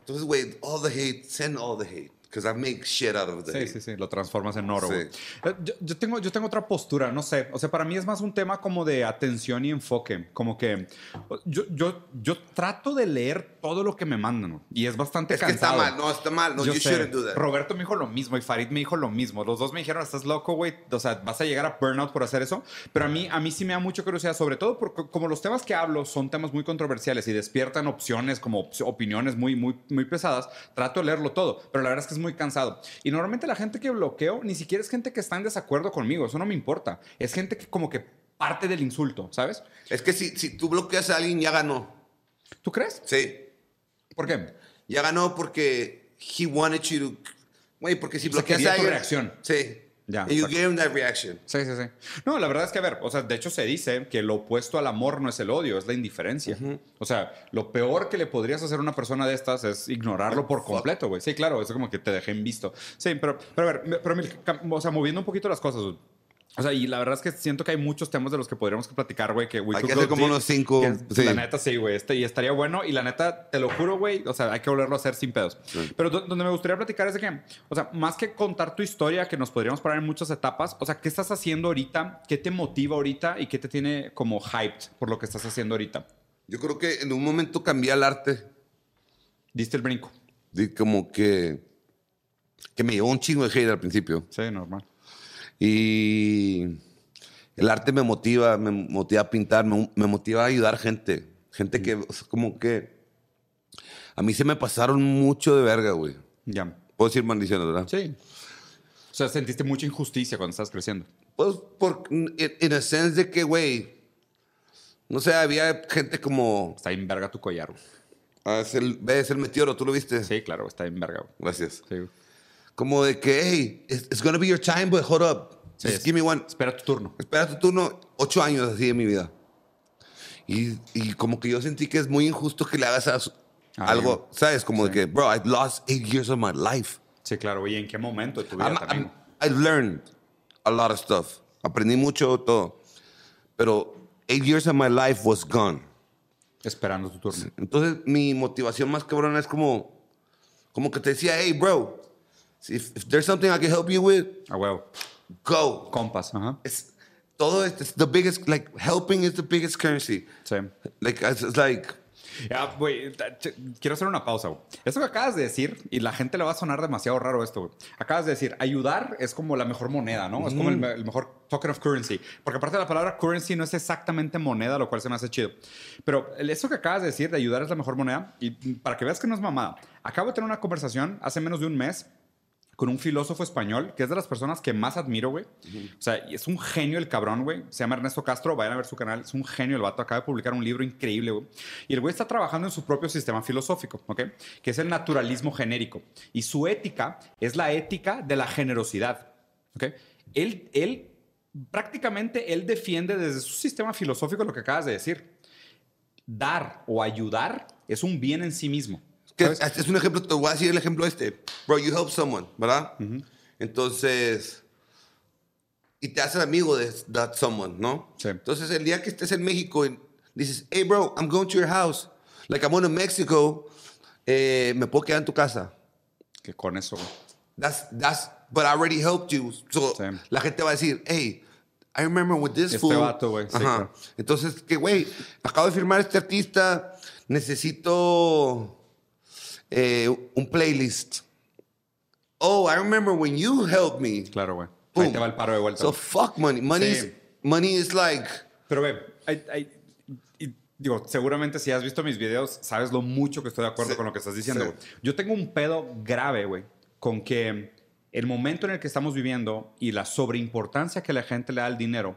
A: Entonces, güey, all the hate, send all the hate. Because I make shit out of the
B: Sí,
A: hate.
B: sí, sí, lo transformas en oro.
A: Sí.
B: güey. Eh, Yo, yo tengo, yo tengo otra postura, no sé. O sea, para mí es más un tema como de atención y enfoque. Como que o- yo, yo, yo trato de leer todo lo que me mandan güey, y es bastante
A: Es que está
B: cansado.
A: mal, no, está mal. No,
B: Yo
A: you
B: sé.
A: shouldn't do that.
B: Roberto me dijo lo mismo y Farid me dijo lo mismo. Los dos me dijeron, estás loco, güey. O sea, vas a llegar a burnout por hacer eso. Pero a mí, a mí sí me da mucha curiosidad, sobre todo porque como los temas que hablo son temas muy controversiales y despiertan opciones, como op- opiniones muy, muy, muy pesadas, trato de leerlo todo. Pero la verdad es que es muy cansado. Y normalmente la gente que bloqueo ni siquiera es gente que está en desacuerdo conmigo. Eso no me importa. Es gente que como que parte del insulto, ¿sabes?
A: Es que si, si tú bloqueas a alguien, ya ganó.
B: ¿Tú crees?
A: Sí.
B: ¿Por qué?
A: Ya ganó porque he wanted you to... Güey, porque si
B: O sea,
A: bloqueas
B: quería
A: a
B: tu
A: alguien...
B: reacción.
A: Sí.
B: Ya,
A: And you
B: exacto.
A: gave him that reaction.
B: Sí, sí, sí. No, la verdad es que, a ver, o sea, de hecho se dice que lo opuesto al amor no es el odio, es la indiferencia. O sea, lo peor que le podrías hacer a una persona de estas es ignorarlo por completo, güey. Sí, claro, eso como que te dejé en visto. Sí, pero, pero a ver, me- pero mira, cam- o sea, moviendo un poquito las cosas, güey. O sea, y la verdad es que siento que hay muchos temas de los que podríamos platicar, güey. Que we
A: Hay
B: could
A: que
B: go
A: hacer como
B: deep.
A: unos cinco.
B: Que,
A: sí.
B: La neta, sí, güey. Este, y estaría bueno. Y la neta, te lo juro, güey. O sea, hay que volverlo a hacer sin pedos.
A: Sí.
B: Pero do- donde me gustaría platicar es de que, o sea, más que contar tu historia, que nos podríamos parar en muchas etapas, o sea, ¿qué estás haciendo ahorita? ¿Qué te motiva ahorita? ¿Y qué te tiene como hyped por lo que estás haciendo ahorita?
A: Yo creo que en un momento cambié al arte.
B: Diste el brinco.
A: Di como que. Que me llevó un chingo de hate al principio.
B: Sí, normal.
A: Y. El arte me motiva, me motiva a pintar, me, me motiva a ayudar gente. Gente que, o sea, como que. A mí se me pasaron mucho de verga, güey.
B: Ya.
A: Puedo decir maldiciones, ¿verdad?
B: Sí. O sea, sentiste mucha injusticia cuando estabas creciendo.
A: Pues, por, en el sense de que, güey. No sé, había gente como.
B: Está en verga tu collar, güey.
A: Ah, es el, ves el meteoro, tú lo viste.
B: Sí, claro, güey, está en verga, güey.
A: Gracias.
B: Sí, güey.
A: Como de que, hey, it's, it's gonna be your time, but hold up.
B: Sí,
A: Just
B: es-
A: give me one.
B: Espera tu turno.
A: Espera tu turno, ocho años así de mi vida. Y, y como que yo sentí que es muy injusto que le hagas a su-
B: Ah,
A: algo, ¿sabes? Como de
B: Sí.
A: que, bro, I've lost eight years of my life.
B: Sí, claro, güey. ¿Y ¿En qué momento de tu vida
A: I'm-
B: también?
A: I'm- I learned a lot of stuff. Aprendí mucho todo. Pero eight years of my life was gone.
B: Esperando tu turno.
A: Entonces, mi motivación más cabrona es como, como que te decía, hey, bro, if, if there's something I can help you with,
B: A huevo.
A: go.
B: Compas, ajá.
A: It's, todo esto es the biggest, like, helping is the biggest currency.
B: Sí.
A: Like, it's, it's like,
B: Ya, Ah, güey, ta- ch- quiero hacer una pausa, güey. Eso que acabas de decir, y la gente le va a sonar demasiado raro esto, güey. Acabas de decir, ayudar es como la mejor moneda, ¿no? Es como el, me- el mejor token of currency. Porque aparte la palabra currency no es exactamente moneda, lo cual se me hace chido. Pero el- eso que acabas de decir, de ayudar es la mejor moneda, y para que veas que no es mamada, acabo de tener una conversación hace menos de un mes con un filósofo español que es de las personas que más admiro, güey. O sea, y es un genio el cabrón, güey. Se llama Ernesto Castro, vayan a ver su canal. Es un genio el vato. Acaba de publicar un libro increíble, güey. Y el güey está trabajando en su propio sistema filosófico, ¿ok? Que es el naturalismo genérico. Y su ética es la ética de la generosidad, ¿ok? Él, él prácticamente, él defiende desde su sistema filosófico lo que acabas de decir. Dar o ayudar es un bien en sí mismo.
A: que
B: ¿sabes?
A: es, es un ejemplo, te voy a decir el ejemplo este. Bro, you help someone, ¿verdad? Entonces, y te haces amigo de that someone, ¿no?
B: Sí.
A: Entonces, el día que estés en México y dices, hey, bro, I'm going to your house. Like, I'm going to Mexico. Eh, me puedo quedar en tu casa.
B: Que con eso, güey.
A: That's, that's, but I already helped you. So,
B: Sí.
A: la gente va a decir, hey, I remember with this
B: Este
A: fool.
B: vato, güey, sí,
A: Ajá.
B: claro.
A: Entonces, que, güey, acabo de firmar este artista, necesito eh, un playlist. Oh, I remember when you helped me.
B: Claro, güey. Ahí
A: Boom.
B: te va el paro de vuelta.
A: So,
B: güey.
A: fuck money. Money, is,
B: Sí.
A: money is like,
B: Pero ve, hay- hay- y- digo, seguramente si has visto mis videos, sabes lo mucho que estoy de acuerdo
A: Sí,
B: con lo que estás diciendo.
A: sí.
B: güey. Yo tengo un pedo grave, güey, con que el momento en el que estamos viviendo y la sobreimportancia que la gente le da al dinero,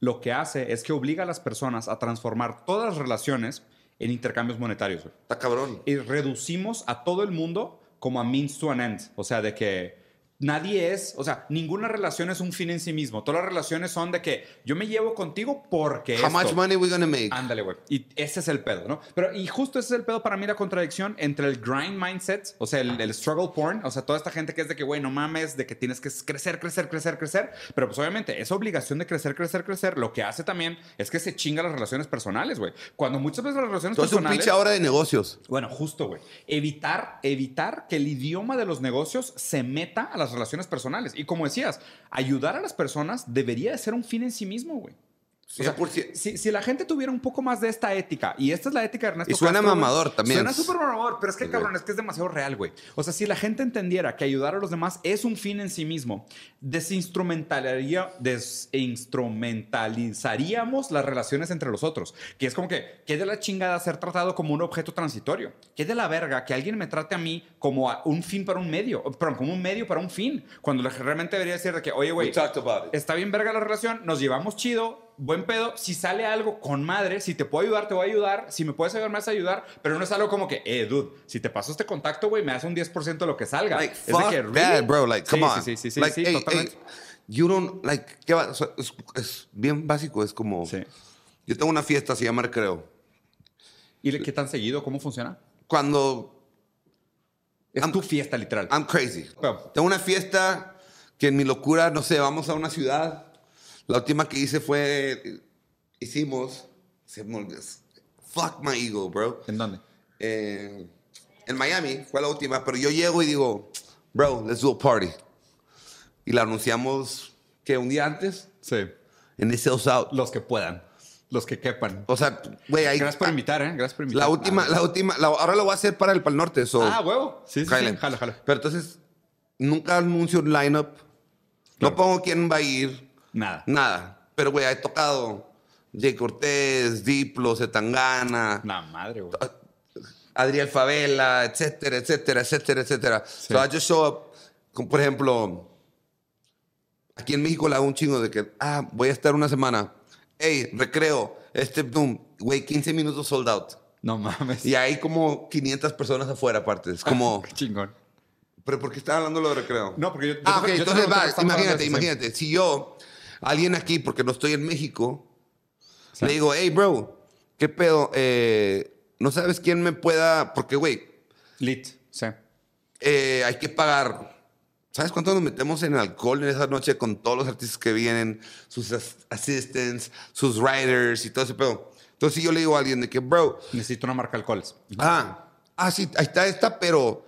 B: lo que hace es que obliga a las personas a transformar todas las relaciones en intercambios monetarios, güey
A: está cabrón.
B: y reducimos a todo el mundo como a means to an end. O sea, de que nadie es, o sea, ninguna relación es un fin en sí mismo. Todas las relaciones son de que yo me llevo contigo porque
A: How much
B: esto.
A: money we gonna make?
B: Ándale, güey. Y ese es el pedo, ¿no? Pero, y justo ese es el pedo para mí la contradicción entre el grind mindset, o sea, el, el struggle porn, o sea, toda esta gente que es de que, güey, no mames, de que tienes que crecer, crecer, crecer, crecer. Pero, pues, obviamente, esa obligación de crecer, crecer, crecer, lo que hace también es que se chinga las relaciones personales, güey. Cuando muchas veces las relaciones
A: Tú haces un
B: personales.
A: pinche ahora de negocios.
B: Bueno, justo, güey. Evitar, evitar que el idioma de los negocios se meta a las relaciones personales. Y como decías, ayudar a las personas debería de ser un fin en sí mismo, güey. O sea,
A: 100%.
B: si, si la gente tuviera un poco más de esta ética, y esta es la ética de Ernesto
A: Y suena
B: Castro, güey.
A: mamador también.
B: Suena súper mamador, pero es que,
A: Sí,
B: cabrón,
A: güey.
B: es que es demasiado real, güey. O sea, si la gente entendiera que ayudar a los demás es un fin en sí mismo, desinstrumentalaría, desinstrumentalizaríamos las relaciones entre los otros. Que es como que, ¿qué de la chingada ser tratado como un objeto transitorio? ¿Qué de la verga que alguien me trate a mí como a un fin para un medio? O, Perdón, como un medio para un fin. Cuando la- realmente debería decir de que, oye, güey,
A: We talked about it.
B: está bien verga la relación, nos llevamos chido, buen pedo, si sale algo con madre, si te puedo ayudar, te voy a ayudar, si me puedes ayudar, me vas a ayudar, pero no es algo como que, eh, dude, si te paso este contacto, güey, me das un 10% de lo que salga.
A: Like,
B: es de
A: fuck
B: que,
A: that,
B: "Really?"
A: bro. Like,
B: Sí,
A: come on.
B: Sí, sí, sí, sí,
A: like,
B: sí,
A: hey,
B: totalmente.
A: hey, you don't, like, ¿qué va? O sea, es, es bien básico, es como...
B: Sí.
A: Yo tengo una fiesta, se llama Recreo.
B: ¿Y le- qué tan seguido? ¿Cómo funciona?
A: Cuando
B: Es
A: Am-
B: tu fiesta, literal.
A: I'm crazy.
B: Pero-
A: Tengo una fiesta que en mi locura, no sé, vamos a una ciudad La última que hice fue, hicimos, se me olvidó, fuck my ego, bro.
B: ¿En dónde?
A: Eh, en Miami fue la última, pero yo llego y digo, bro, let's do a party. Y la anunciamos que un día antes,
B: Sí.
A: en ese House Out.
B: Los que puedan. Los que quepan.
A: O sea, güey, ahí.
B: Gracias por invitar, ¿eh? Gracias por
A: ah,
B: invitar.
A: La última, la última, la- ahora lo voy a hacer para el Pal Norte, eso.
B: Ah, huevo. Sí, sí,
A: Jale.
B: sí. Jala, jala.
A: Pero entonces, nunca anuncio un lineup. No pongo quién va a ir,
B: Nada.
A: nada. Pero, güey, he tocado Jay Cortés, Diplo, Zetangana,
B: Nada madre, güey.
A: Adriel Favela, etcétera, etcétera, etcétera, etcétera. So I just show up, con, por ejemplo, aquí en México la hago un chingo de que, ah, voy a estar una semana. Hey, recreo, este boom, güey, 15 minutos sold out.
B: No mames.
A: Y hay como 500 personas afuera, aparte. Es como,
B: Qué chingón.
A: ¿pero por qué estaba hablando lo de recreo?
B: No, porque yo. yo
A: Ah,
B: te-
A: ok,
B: yo te
A: entonces
B: pregunté
A: va,
B: que estamos
A: imagínate,
B: hablando de-
A: imagínate. Si yo, alguien aquí, porque no estoy en México,
B: Sí.
A: le digo, hey, bro, ¿qué pedo? Eh, no sabes quién me pueda, porque, güey,
B: Lit. Sí.
A: eh, hay que pagar. ¿Sabes cuánto nos metemos en alcohol en esa noche con todos los artistas que vienen, sus as- assistants, sus writers y todo ese pedo? Entonces, si yo le digo a alguien de que, bro,
B: Necesito una marca alcoholes.
A: ah, ah, sí, ahí está esta, pero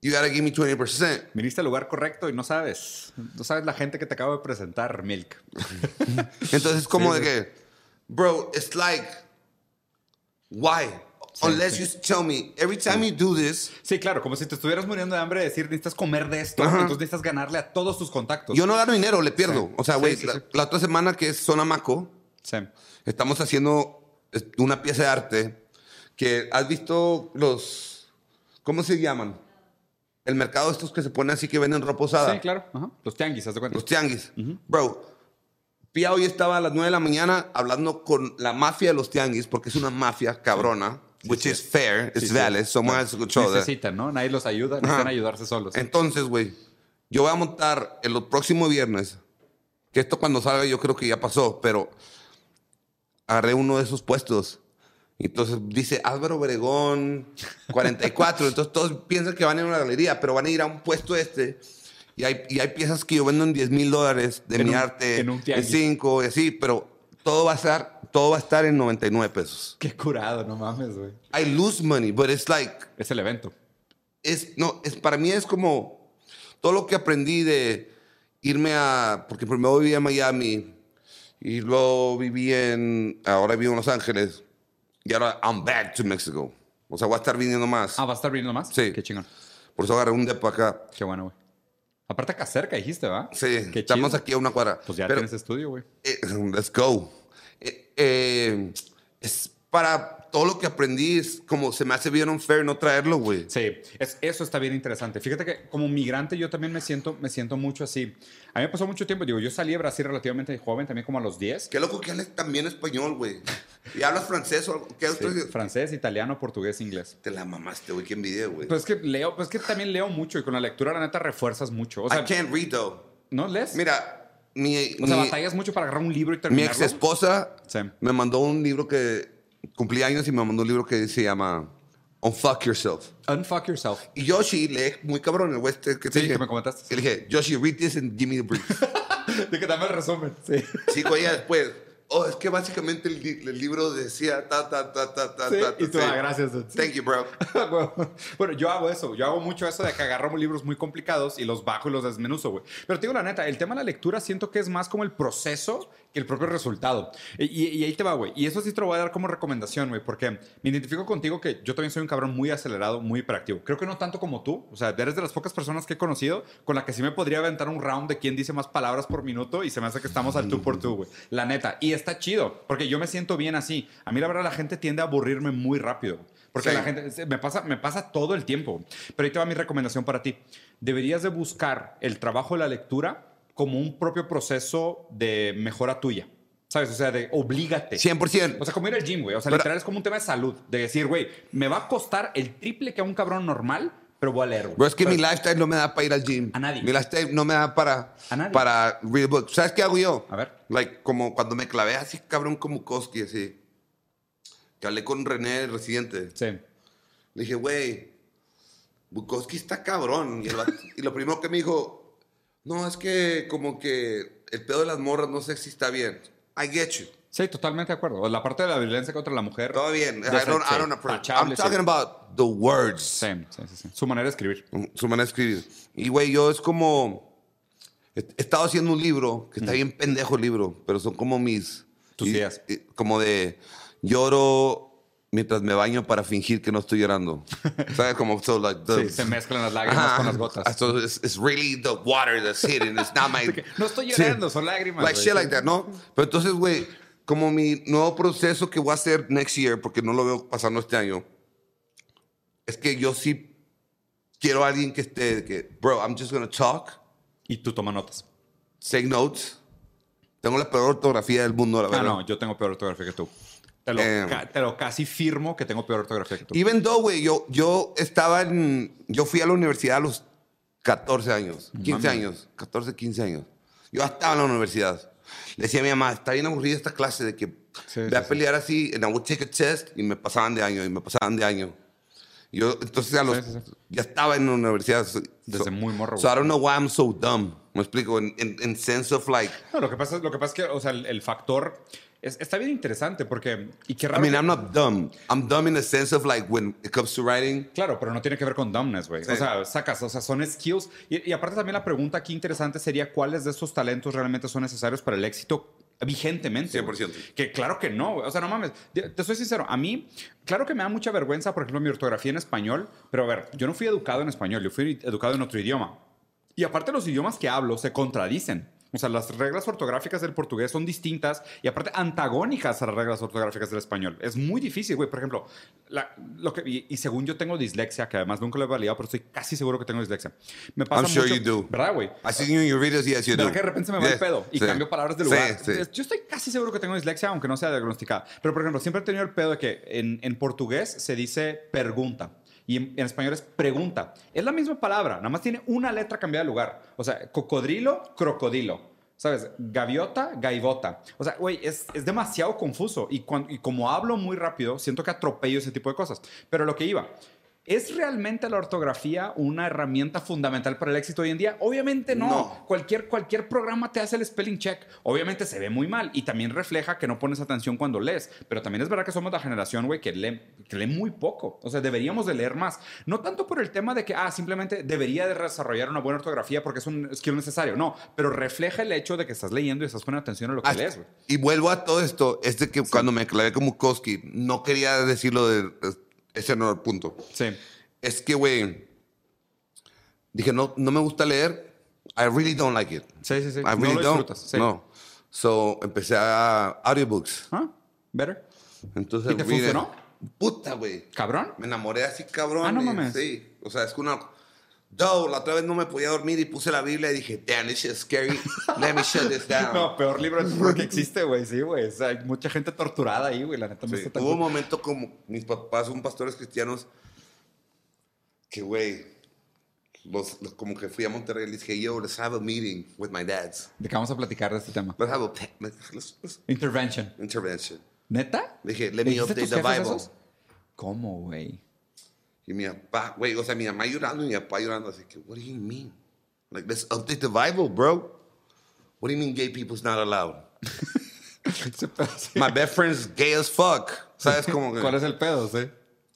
A: you gotta give me 20%.
B: Viniste al lugar correcto y no sabes. No sabes la gente que te acabo de presentar, Milk.
A: Entonces, como
B: Sí,
A: de
B: sí.
A: que, bro, it's like, why? Unless you tell me, every time you do this,
B: Sí, claro, como si te estuvieras muriendo de hambre de decir necesitas comer de esto,
A: Ajá.
B: entonces necesitas ganarle a todos tus contactos.
A: yo no gano dinero, le pierdo.
B: Sí.
A: O sea,
B: Sí,
A: güey,
B: sí,
A: la,
B: sí.
A: la otra semana que es Sonamaco,
B: Sí.
A: estamos haciendo es- una pieza de arte que has visto los, ¿cómo se llaman? El mercado estos que se ponen así que venden ropa usada.
B: Sí, claro. Ajá. Los tianguis, haz de cuenta.
A: Los tianguis. Bro, Pia hoy estaba a las 9 de la mañana hablando con la mafia de los tianguis, porque es una mafia cabrona, which
B: sí.
A: is fair, it's
B: Sí, sí.
A: valid, someone has control that.
B: Necesitan, ¿no? Nadie los ayuda, necesitan ayudarse solos.
A: Entonces, güey, yo voy a montar el próximo viernes, que esto cuando salga yo creo que ya pasó, pero agarré uno de esos puestos. Entonces dice Álvaro Obregón 44. Entonces todos piensan que van a ir a una galería, pero van a ir a un puesto este. Y hay, y hay piezas que yo vendo en 10 mil dólares de
B: En
A: mi
B: un-
A: arte,
B: en un tianguis.
A: 5 y así, pero todo va, a estar, todo va a estar en 99 pesos.
B: Qué curado, no mames, güey.
A: I lose money, but it's like,
B: Es el evento.
A: es, no, es, para mí es como todo lo que aprendí de irme a, porque primero viví en Miami y luego viví en, ahora vivo en Los Ángeles y ahora I'm back to Mexico. O sea, voy a estar viniendo más.
B: Ah, ¿vas a estar viniendo más?
A: Sí.
B: Qué chingón.
A: Por eso agarré un depo acá.
B: Qué bueno, güey. Aparte acá cerca dijiste, ¿va?
A: Sí,
B: Qué
A: estamos
B: chido.
A: aquí a una cuadra.
B: Pues ya
A: Pero,
B: tienes estudio, güey.
A: eh, let's go. Eh, eh, es para todo lo que aprendí, es como se me hace bien unfair no traerlo, güey.
B: Sí, es- eso está bien interesante. Fíjate que como migrante yo también me siento, me siento mucho así. A mí me pasó mucho tiempo, digo, yo salí de Brasil relativamente joven, también como a los 10.
A: Qué loco que hables también español, güey. Y hablas francés o algo. ¿Qué
B: Sí,
A: otro-
B: francés, italiano, portugués, inglés.
A: Te la mamaste, güey. Qué envidia, güey.
B: Pues es que leo, pues es que también leo mucho y con la lectura la neta refuerzas mucho. O sea,
A: I can't read, though.
B: ¿no lees?
A: Mira, mi,
B: o sea,
A: mi-
B: batallas mucho para agarrar un libro y
A: mi
B: terminarlo.
A: ex esposa
B: Sí.
A: me mandó un libro que cumplí años y me mandó un libro que se llama Unfuck Yourself.
B: Unfuck yourself.
A: Y Yoshi lee muy cabrón el güey este que te
B: Sí,
A: dije.
B: que me comentaste.
A: Que le dije, Yoshi, read this and give me the brief.
B: De que dame el resumen. Sí.
A: sí, güey, ya después. Oh, es que básicamente el, li- el libro decía ta, ta, ta, ta, ta,
B: Sí,
A: ta, ta.
B: y tú,
A: sí.
B: ah, gracias. dude.
A: Thank you, bro.
B: Huevo. bueno, yo hago eso. Yo hago mucho eso de que agarro libros muy complicados y los bajo y los desmenuzo, güey. Pero te digo la neta, el tema de la lectura siento que es más como el proceso que el propio resultado. Y, y- y ahí te va, güey. Y eso sí te lo voy a dar como recomendación, güey, porque me identifico contigo que yo también soy un cabrón muy acelerado, muy hiperactivo. Creo que no tanto como tú. O sea, eres de las pocas personas que he conocido con la que sí me podría aventar un round de quién dice más palabras por minuto y se me hace que estamos al tú por tú, güey. La neta. Y está chido, porque yo me siento bien así. A mí la verdad la gente tiende a aburrirme muy rápido. Porque
A: Sí.
B: la gente gente- me pasa, me pasa todo el tiempo. Pero ahí te va mi recomendación para ti. Deberías de buscar el trabajo de la lectura como un propio proceso de mejora tuya. ¿Sabes? O sea, de oblígate.
A: 100%.
B: O sea, como ir al gym, güey. O sea,
A: Pero-
B: literal es como un tema de salud. De decir, güey, me va a costar el triple que a un cabrón normal, pero voy a leer, güey.
A: Bro, es que mi
B: Pero-
A: lifestyle no me da para ir al gym.
B: pues, A nadie.
A: Mi lifestyle no me da para,
B: A nadie.
A: para read books. ¿Sabes qué hago yo?
B: A ver.
A: Like, como cuando me clavé así, cabrón, como Koski, así. Que hablé con René, el residente.
B: Sí.
A: Le dije, güey, Bukowski está cabrón. Y, el vato- y lo primero que me dijo, no, es que como que el pedo de las morras no sé si está bien. I get you.
B: Sí, totalmente de acuerdo. La parte de la violencia contra la mujer.
A: Todo bien. I
B: Defe-
A: don't, I
B: sí,
A: don't approve. I'm
B: tachable, sí.
A: talking about the words.
B: Sí, sí, sí, sí. Su manera de escribir.
A: Su manera de escribir. Y, güey, yo es como... He he estado haciendo un libro, que está bien pendejo el libro, pero son como mis...
B: Tus
A: y-
B: días.
A: y- como de lloro mientras me baño para fingir que no estoy llorando. ¿Sabes? Como... So like the-
B: Sí, se mezclan las lágrimas
A: Ajá.
B: con las gotas.
A: So it's, it's really the water that's hitting. It's not my...
B: No estoy
A: Sí.
B: llorando, son lágrimas.
A: Like
B: güey.
A: shit like that, ¿no? Pero entonces, güey, como mi nuevo proceso que voy a hacer next year, porque no lo veo pasando este año, es que yo sí quiero a alguien que esté, de que, bro, I'm just gonna talk,
B: Y tú toma notas.
A: take notes. Tengo la peor ortografía del mundo, la
B: Ah,
A: verdad.
B: no, yo tengo peor ortografía que tú. Te lo,
A: Em.
B: ca- te lo casi firmo que tengo peor ortografía que tú.
A: Even though, güey, yo, yo estaba en. Yo fui a la universidad a los 14 años, 15
B: Mami.
A: años, 14, 15 años. Yo estaba en la universidad. Le decía a mi mamá, está bien aburrida esta clase de que
B: Sí,
A: voy
B: sí,
A: a
B: sí.
A: pelear así, and I would take a test, y me pasaban de año, y me pasaban de año. Yo, entonces, a los,
B: Sí, sí, sí.
A: ya estaba en la universidad. so-
B: Desde
A: so-
B: muy morro,
A: So I
B: güey.
A: don't know why I'm so dumb. Me explico, en en- en sense of like,
B: No, lo que pasa, lo que pasa es que, o sea, el, el factor es- está bien interesante porque. Y qué
A: I
B: raro.
A: mean,
B: que-
A: I'm not dumb. I'm dumb in the sense of like, when it comes to writing,
B: Claro, pero no tiene que ver con dumbness, güey.
A: Sí.
B: O sea, sacas, o sea, son skills. Y, y aparte también la pregunta aquí interesante sería cuáles de esos talentos realmente son necesarios para el éxito vigentemente. güey.
A: 100%.
B: Que claro que no, güey. O sea, no mames. Te, te soy sincero, a mí, claro que me da mucha vergüenza, por ejemplo, mi ortografía en español, pero a ver, yo no fui educado en español, yo fui educado en otro idioma. Y aparte los idiomas que hablo se contradicen. O sea, las reglas ortográficas del portugués son distintas y aparte antagónicas a las reglas ortográficas del español. Es muy difícil, güey. Por ejemplo, la- lo que, y, y según yo tengo dislexia, que además nunca lo he validado, pero estoy casi seguro que tengo dislexia. Me pasa
A: I'm sure
B: mucho-
A: you do.
B: ¿Verdad, güey?
A: I see you in your videos, yes, you do.
B: ¿Verdad que de repente se me va el
A: Yes,
B: pedo y
A: sí.
B: cambio palabras de
A: Sí,
B: lugar?
A: sí.
B: Yo estoy casi seguro que tengo dislexia, aunque no sea diagnosticada. Pero, por ejemplo, siempre he tenido el pedo de que en, en portugués se dice pregunta. Y en, en español es pregunta. Es la misma palabra, nada más tiene una letra cambiada de lugar. O sea, cocodrilo, crocodilo. ¿Sabes? Gaviota, gaivota. O sea, güey, es, es demasiado confuso. Y, cuan- y como hablo muy rápido, siento que atropello ese tipo de cosas. Pero lo que iba, ¿es realmente la ortografía una herramienta fundamental para el éxito hoy en día? Obviamente no.
A: No.
B: Cualquier, cualquier programa te hace el spelling check. Obviamente se ve muy mal y también refleja que no pones atención cuando lees. Pero también es verdad que somos la generación, güey, que lee, que lee muy poco. O sea, deberíamos de leer más. No tanto por el tema de que, ah, simplemente debería de desarrollar una buena ortografía porque es un skill necesario. No, pero refleja el hecho de que estás leyendo y estás poniendo atención a lo que
A: Ah,
B: lees, güey.
A: Y vuelvo a todo esto, es de que cuando me clavé como Koski, no quería decirlo de ese no era el punto.
B: Sí.
A: Es que, güey, dije, no, no me gusta leer. I really don't like it.
B: Sí, sí, sí.
A: I
B: No
A: really
B: lo
A: don't.
B: disfrutas, sí.
A: No. So empecé a audiobooks.
B: ¿Ah? ¿Better?
A: Entonces,
B: ¿Y te
A: read it.
B: funcionó?
A: Puta, güey.
B: ¿Cabrón?
A: Me enamoré así, cabrón.
B: Ah, no
A: y-
B: mames.
A: Sí. O sea, es que una. Dude, la otra vez no me podía dormir y puse la Biblia y dije, damn, this is scary. Let me shut this down.
B: No, peor libro de terror que existe, güey. Sí, güey. O sea, hay mucha gente torturada ahí, güey. La neta no
A: Sí,
B: está tan
A: Hubo un
B: cool.
A: momento como mis papás son pastores cristianos que, güey, los, los- como que fui a Monterrey y les dije, yo, let's have a meeting with my dads.
B: ¿De qué vamos a platicar de este tema?
A: Let's have a pa- let's- let's-
B: Intervention.
A: intervention.
B: ¿Neta?
A: Le dije, let me
B: dijiste a
A: update
B: tus
A: the
B: jefes
A: Bible.
B: esos? ¿Cómo, güey?
A: Y mi papá, güey, o sea, mi mamá llorando y mi papá llorando, así que, what do you mean? Like, let's update the Bible, bro. What do you mean gay people's not allowed?
B: Ese pedo, sí.
A: My best friend's gay as fuck. ¿Sabes cómo? que-
B: ¿Cuál es el pedo, sí?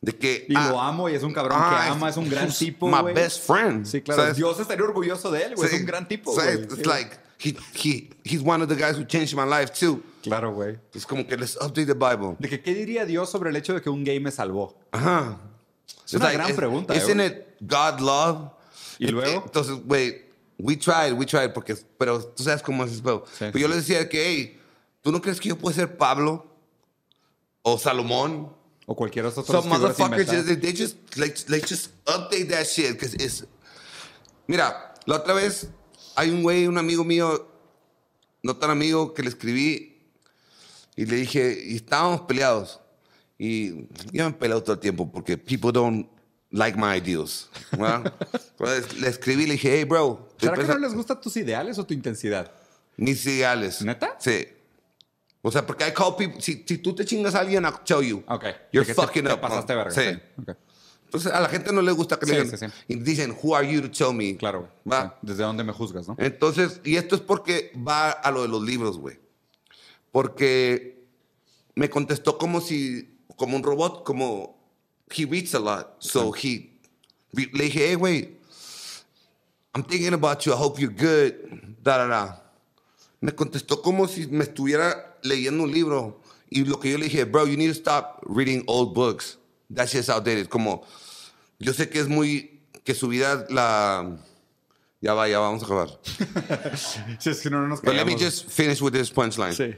A: De que,
B: Y lo
A: ah,
B: amo y es un cabrón
A: ah,
B: que ama, es un gran tipo,
A: My
B: güey.
A: best friend.
B: Sí, claro.
A: ¿sabes?
B: Dios estaría orgulloso de él, güey.
A: Sí,
B: es un gran tipo,
A: so
B: güey.
A: It's,
B: Sí.
A: it's like he, he, he's one of the guys who changed my life too.
B: Claro, güey.
A: Es como que let's update the Bible.
B: ¿De que, qué diría Dios sobre el hecho de que un gay me salvó?
A: Ajá.
B: Es una gran pregunta, eh,
A: Isn't
B: güey.
A: it God love?
B: ¿Y
A: Eh,
B: luego?
A: eh, Entonces, güey, we tried, we tried, porque, pero tú sabes cómo es eso.
B: Sí,
A: pero yo le decía que, hey, ¿tú no crees que yo puedo ser Pablo o Salomón?
B: O cualquier otro
A: Some motherfuckers, just, they, they just, like, like, just update that shit. 'cause it's- Mira, la otra vez hay un güey, un amigo mío, no tan amigo, que le escribí y le dije, y estábamos peleados. Y yo me he peleado todo el tiempo porque people don't like my ideals. ¿verdad? Entonces le escribí y le dije, hey, bro, estoy
B: ¿Será que no
A: pensa-
B: les gustan tus ideales o tu intensidad?
A: mis ideales.
B: ¿Neta?
A: Sí. O sea, porque I call people, si, si tú te chingas a alguien, I'll tell you.
B: Ok.
A: You're
B: De que te-
A: fucking
B: te
A: up.
B: pasaste
A: ¿no?
B: verga.
A: Sí.
B: Ok.
A: Pues a la gente no le gusta que le
B: Sí,
A: digan.
B: sí, sí.
A: Y dicen, who are you to tell me?
B: Claro, güey.
A: Va.
B: Sí, ¿Desde dónde me juzgas, no?
A: Entonces, y esto es porque va a lo de los libros, güey. Porque me contestó como si, como un robot, como he reads a lot, so he. Le dije, hey, güey, I'm thinking about you, I hope you're good, da, da, da. Me contestó como si me estuviera leyendo un libro. Y lo que yo le dije, bro, you need to stop reading old books. That shit's outdated. Como, yo sé que es muy, que su vida la... Ya va, ya va, vamos a acabar.
B: Si es que no, no nos
A: But let me
B: callamos.
A: just finish with this punchline.
B: Sí.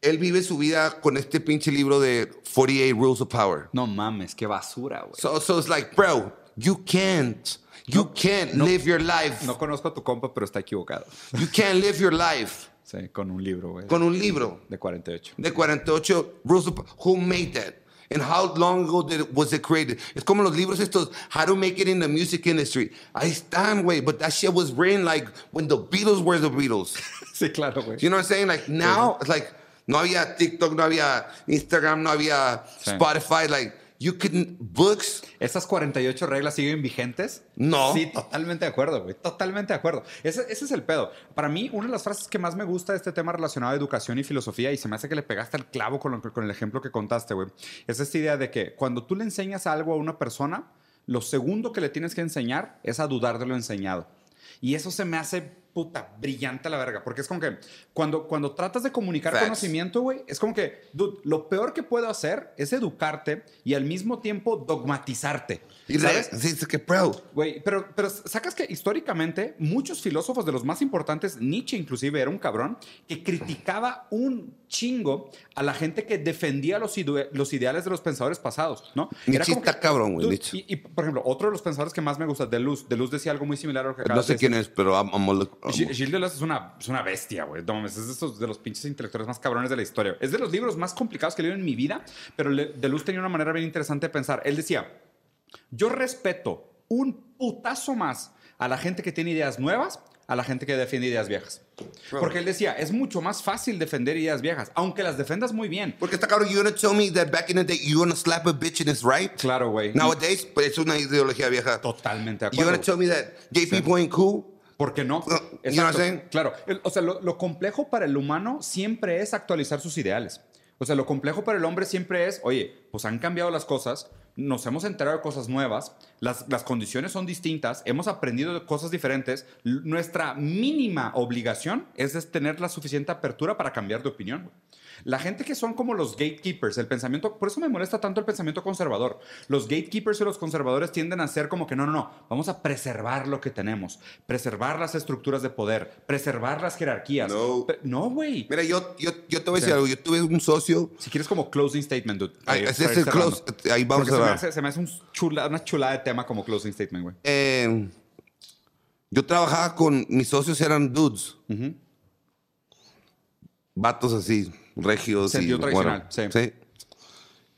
A: Él vive su vida con este pinche libro de 48 Rules of Power.
B: No mames, qué basura, güey.
A: So, so it's like, bro, you can't, you can't live your life.
B: No conozco a tu compa, pero está equivocado.
A: You can't live your life
B: Sí, con un libro, güey.
A: con un libro
B: De 48.
A: de 48 Rules of Power. Who made that? And how long ago did it, was it created? Es como los libros estos, How to Make It in the Music Industry. Ahí están, güey, but that shit was written like when the Beatles were the Beatles.
B: Sí, claro, güey.
A: You know what I'm saying? Like now, it's like no había TikTok, no había Instagram, no había
B: Sí.
A: Spotify. Like you couldn't books.
B: ¿Esas 48 reglas siguen vigentes?
A: No.
B: Sí, totalmente de acuerdo, güey. Totalmente de acuerdo. Ese, ese es el pedo. Para mí, una de las frases que más me gusta de este tema relacionado a educación y filosofía, y se me hace que le pegaste al clavo con, lo que- con el ejemplo que contaste, güey, es esta idea de que cuando tú le enseñas algo a una persona, lo segundo que le tienes que enseñar es a dudar de lo enseñado. Y eso se me hace puta brillante a la verga, porque es como que cuando, cuando tratas de comunicar
A: Facts.
B: conocimiento, conocimiento, güey, es como que, dude, lo peor que puedo hacer es educarte y al mismo tiempo dogmatizarte.
A: Y la-
B: ¿Sabes?
A: sí, es que, bro,
B: Güey, pero, pero sacas que históricamente muchos filósofos de los más importantes, Nietzsche inclusive era un cabrón, que criticaba un chingo a la gente que defendía los, idue- los ideales de los pensadores pasados, ¿no? Era
A: Nietzsche
B: como que-
A: está cabrón, güey,
B: Dude,
A: Nietzsche.
B: Y, y, por ejemplo, otro de los pensadores que más me gusta, Deleuze, Deleuze decía algo muy similar a lo que
A: no
B: acabas de
A: sé quién es, pero I'm, I'm a look- I'm-
B: Gil- Gilles Deleuze es una, es una bestia, güey. No mames, es de, esos, de los pinches intelectuales más cabrones de la historia. Es de los libros más complicados que he leído en mi vida, pero Le- Deleuze tenía una manera bien interesante de pensar. Él decía, yo respeto un putazo más a la gente que tiene ideas nuevas, a la gente que defiende ideas viejas. Porque él decía, es mucho más fácil defender ideas viejas, aunque las defendas muy bien.
A: Porque está cabrón, you're gonna tell me that back in the day you're gonna slap a bitch and it's right.
B: Claro, güey.
A: Nowadays, pues es una ideología vieja.
B: Totalmente de acuerdo.
A: You're gonna tell me that gay people ain't cool.
B: ¿Por qué no?
A: You know what I'm
B: Exacto.
A: saying?
B: Claro. El- o sea, lo, lo complejo para el humano siempre es actualizar sus ideales. O sea, lo complejo para el hombre siempre es, oye, pues han cambiado las cosas, nos hemos enterado de cosas nuevas, las, las condiciones son distintas, hemos aprendido de cosas diferentes. L- Nuestra mínima obligación es de tener la suficiente apertura para cambiar de opinión. güey. La gente que son como los gatekeepers, el pensamiento, por eso me molesta tanto el pensamiento conservador. Los gatekeepers y los conservadores tienden a ser como que no, no, no, vamos a preservar lo que tenemos, preservar las estructuras de poder, preservar las jerarquías.
A: No.
B: Pe- No, güey.
A: Mira, yo, yo, yo te voy a
B: Sí.
A: decir algo. Yo tuve un socio.
B: Si quieres como closing statement, dude. para
A: Ay,
B: ir-
A: ese
B: para
A: es el
B: ir cerrando.
A: close. Ahí vamos
B: Porque se
A: a
B: me
A: ver.
B: hace, se me hace un chula- una chulada de tema como closing statement, güey.
A: Eh, yo trabajaba con mis socios eran dudes. Vatos así, regios.
B: Sentido
A: y,
B: tradicional, sí.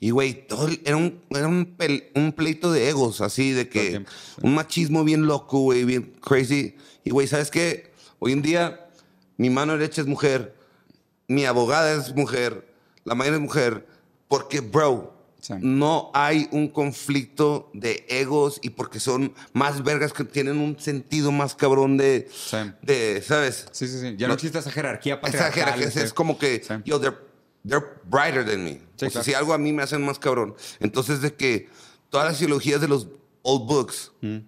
A: Y güey, todo el- era, un, era un, pel- un pleito de egos, así de
B: Todo el
A: que
B: tiempo, sí.
A: un machismo bien loco, güey, bien crazy. Y güey, ¿sabes qué? Hoy en día mi mano derecha es mujer, mi abogada es mujer, la mayor es mujer, porque, bro,
B: Sí.
A: no hay un conflicto de egos y porque son más vergas que tienen un sentido más cabrón de,
B: Sí.
A: de ¿sabes?
B: Sí, sí, sí. Ya no,
A: No.
B: existe esa jerarquía
A: Esa
B: patriarcal.
A: jerarquía es,
B: este.
A: como que,
B: Sí.
A: yo, they're, they're brighter than me.
B: Sí,
A: o sea,
B: claro.
A: si algo a mí me hacen más cabrón. Entonces, de que todas las ideologías de los old books,
B: Mm.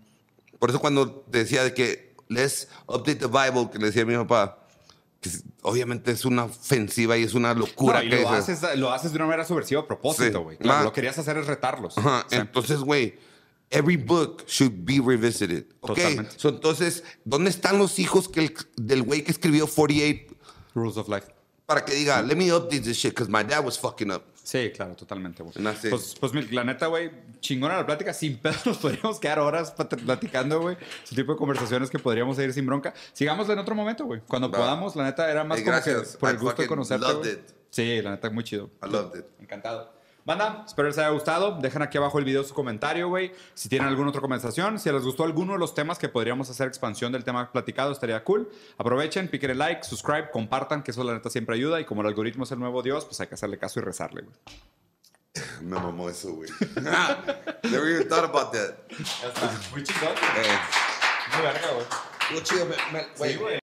A: por eso cuando decía de que let's update the Bible, que le decía a mi papá, que es- obviamente es una ofensiva y es una locura.
B: No, y
A: que
B: lo
A: es-
B: haces, lo haces de una manera subversiva a propósito,
A: Sí.
B: güey. Claro,
A: Ma-
B: lo que querías hacer es retarlos.
A: Ajá,
B: Sí.
A: Entonces, güey, every book should be revisited. Ok,
B: Totalmente.
A: so, entonces, ¿dónde están los hijos que el- del güey que escribió 48
B: Rules of life.
A: para que diga, let me update this shit, because my dad was fucking up?
B: Sí, claro, totalmente, güey.
A: Nace.
B: Pues, pues, mil, la neta, güey, chingona la plática. Sin pedo nos podríamos quedar horas pat- platicando, güey. Ese tipo de conversaciones que podríamos seguir sin bronca. Sigámosla en otro momento, güey. Cuando
A: Va.
B: podamos, la neta, era más
A: Hey,
B: como
A: gracias.
B: que por
A: I
B: el gusto de
A: fucking
B: conocerte,
A: loved
B: güey.
A: it.
B: Sí, la neta, muy chido.
A: I loved it.
B: Encantado. Banda, espero les haya gustado. Dejen aquí abajo el video su comentario, güey. Si tienen alguna otra conversación, si les gustó alguno de los temas que podríamos hacer expansión del tema platicado, estaría cool. Aprovechen, piquen el like, subscribe, compartan, que eso la neta siempre ayuda. Y como el algoritmo es el nuevo Dios, pues hay que hacerle caso y rezarle, güey.
A: me mamó eso, güey. Never even thought about that.
B: Ya está. Muy chingón. güey.
A: Eh,
B: Muy verga, güey.
A: estuvo chido, me- me- güey.
B: Sí, güey.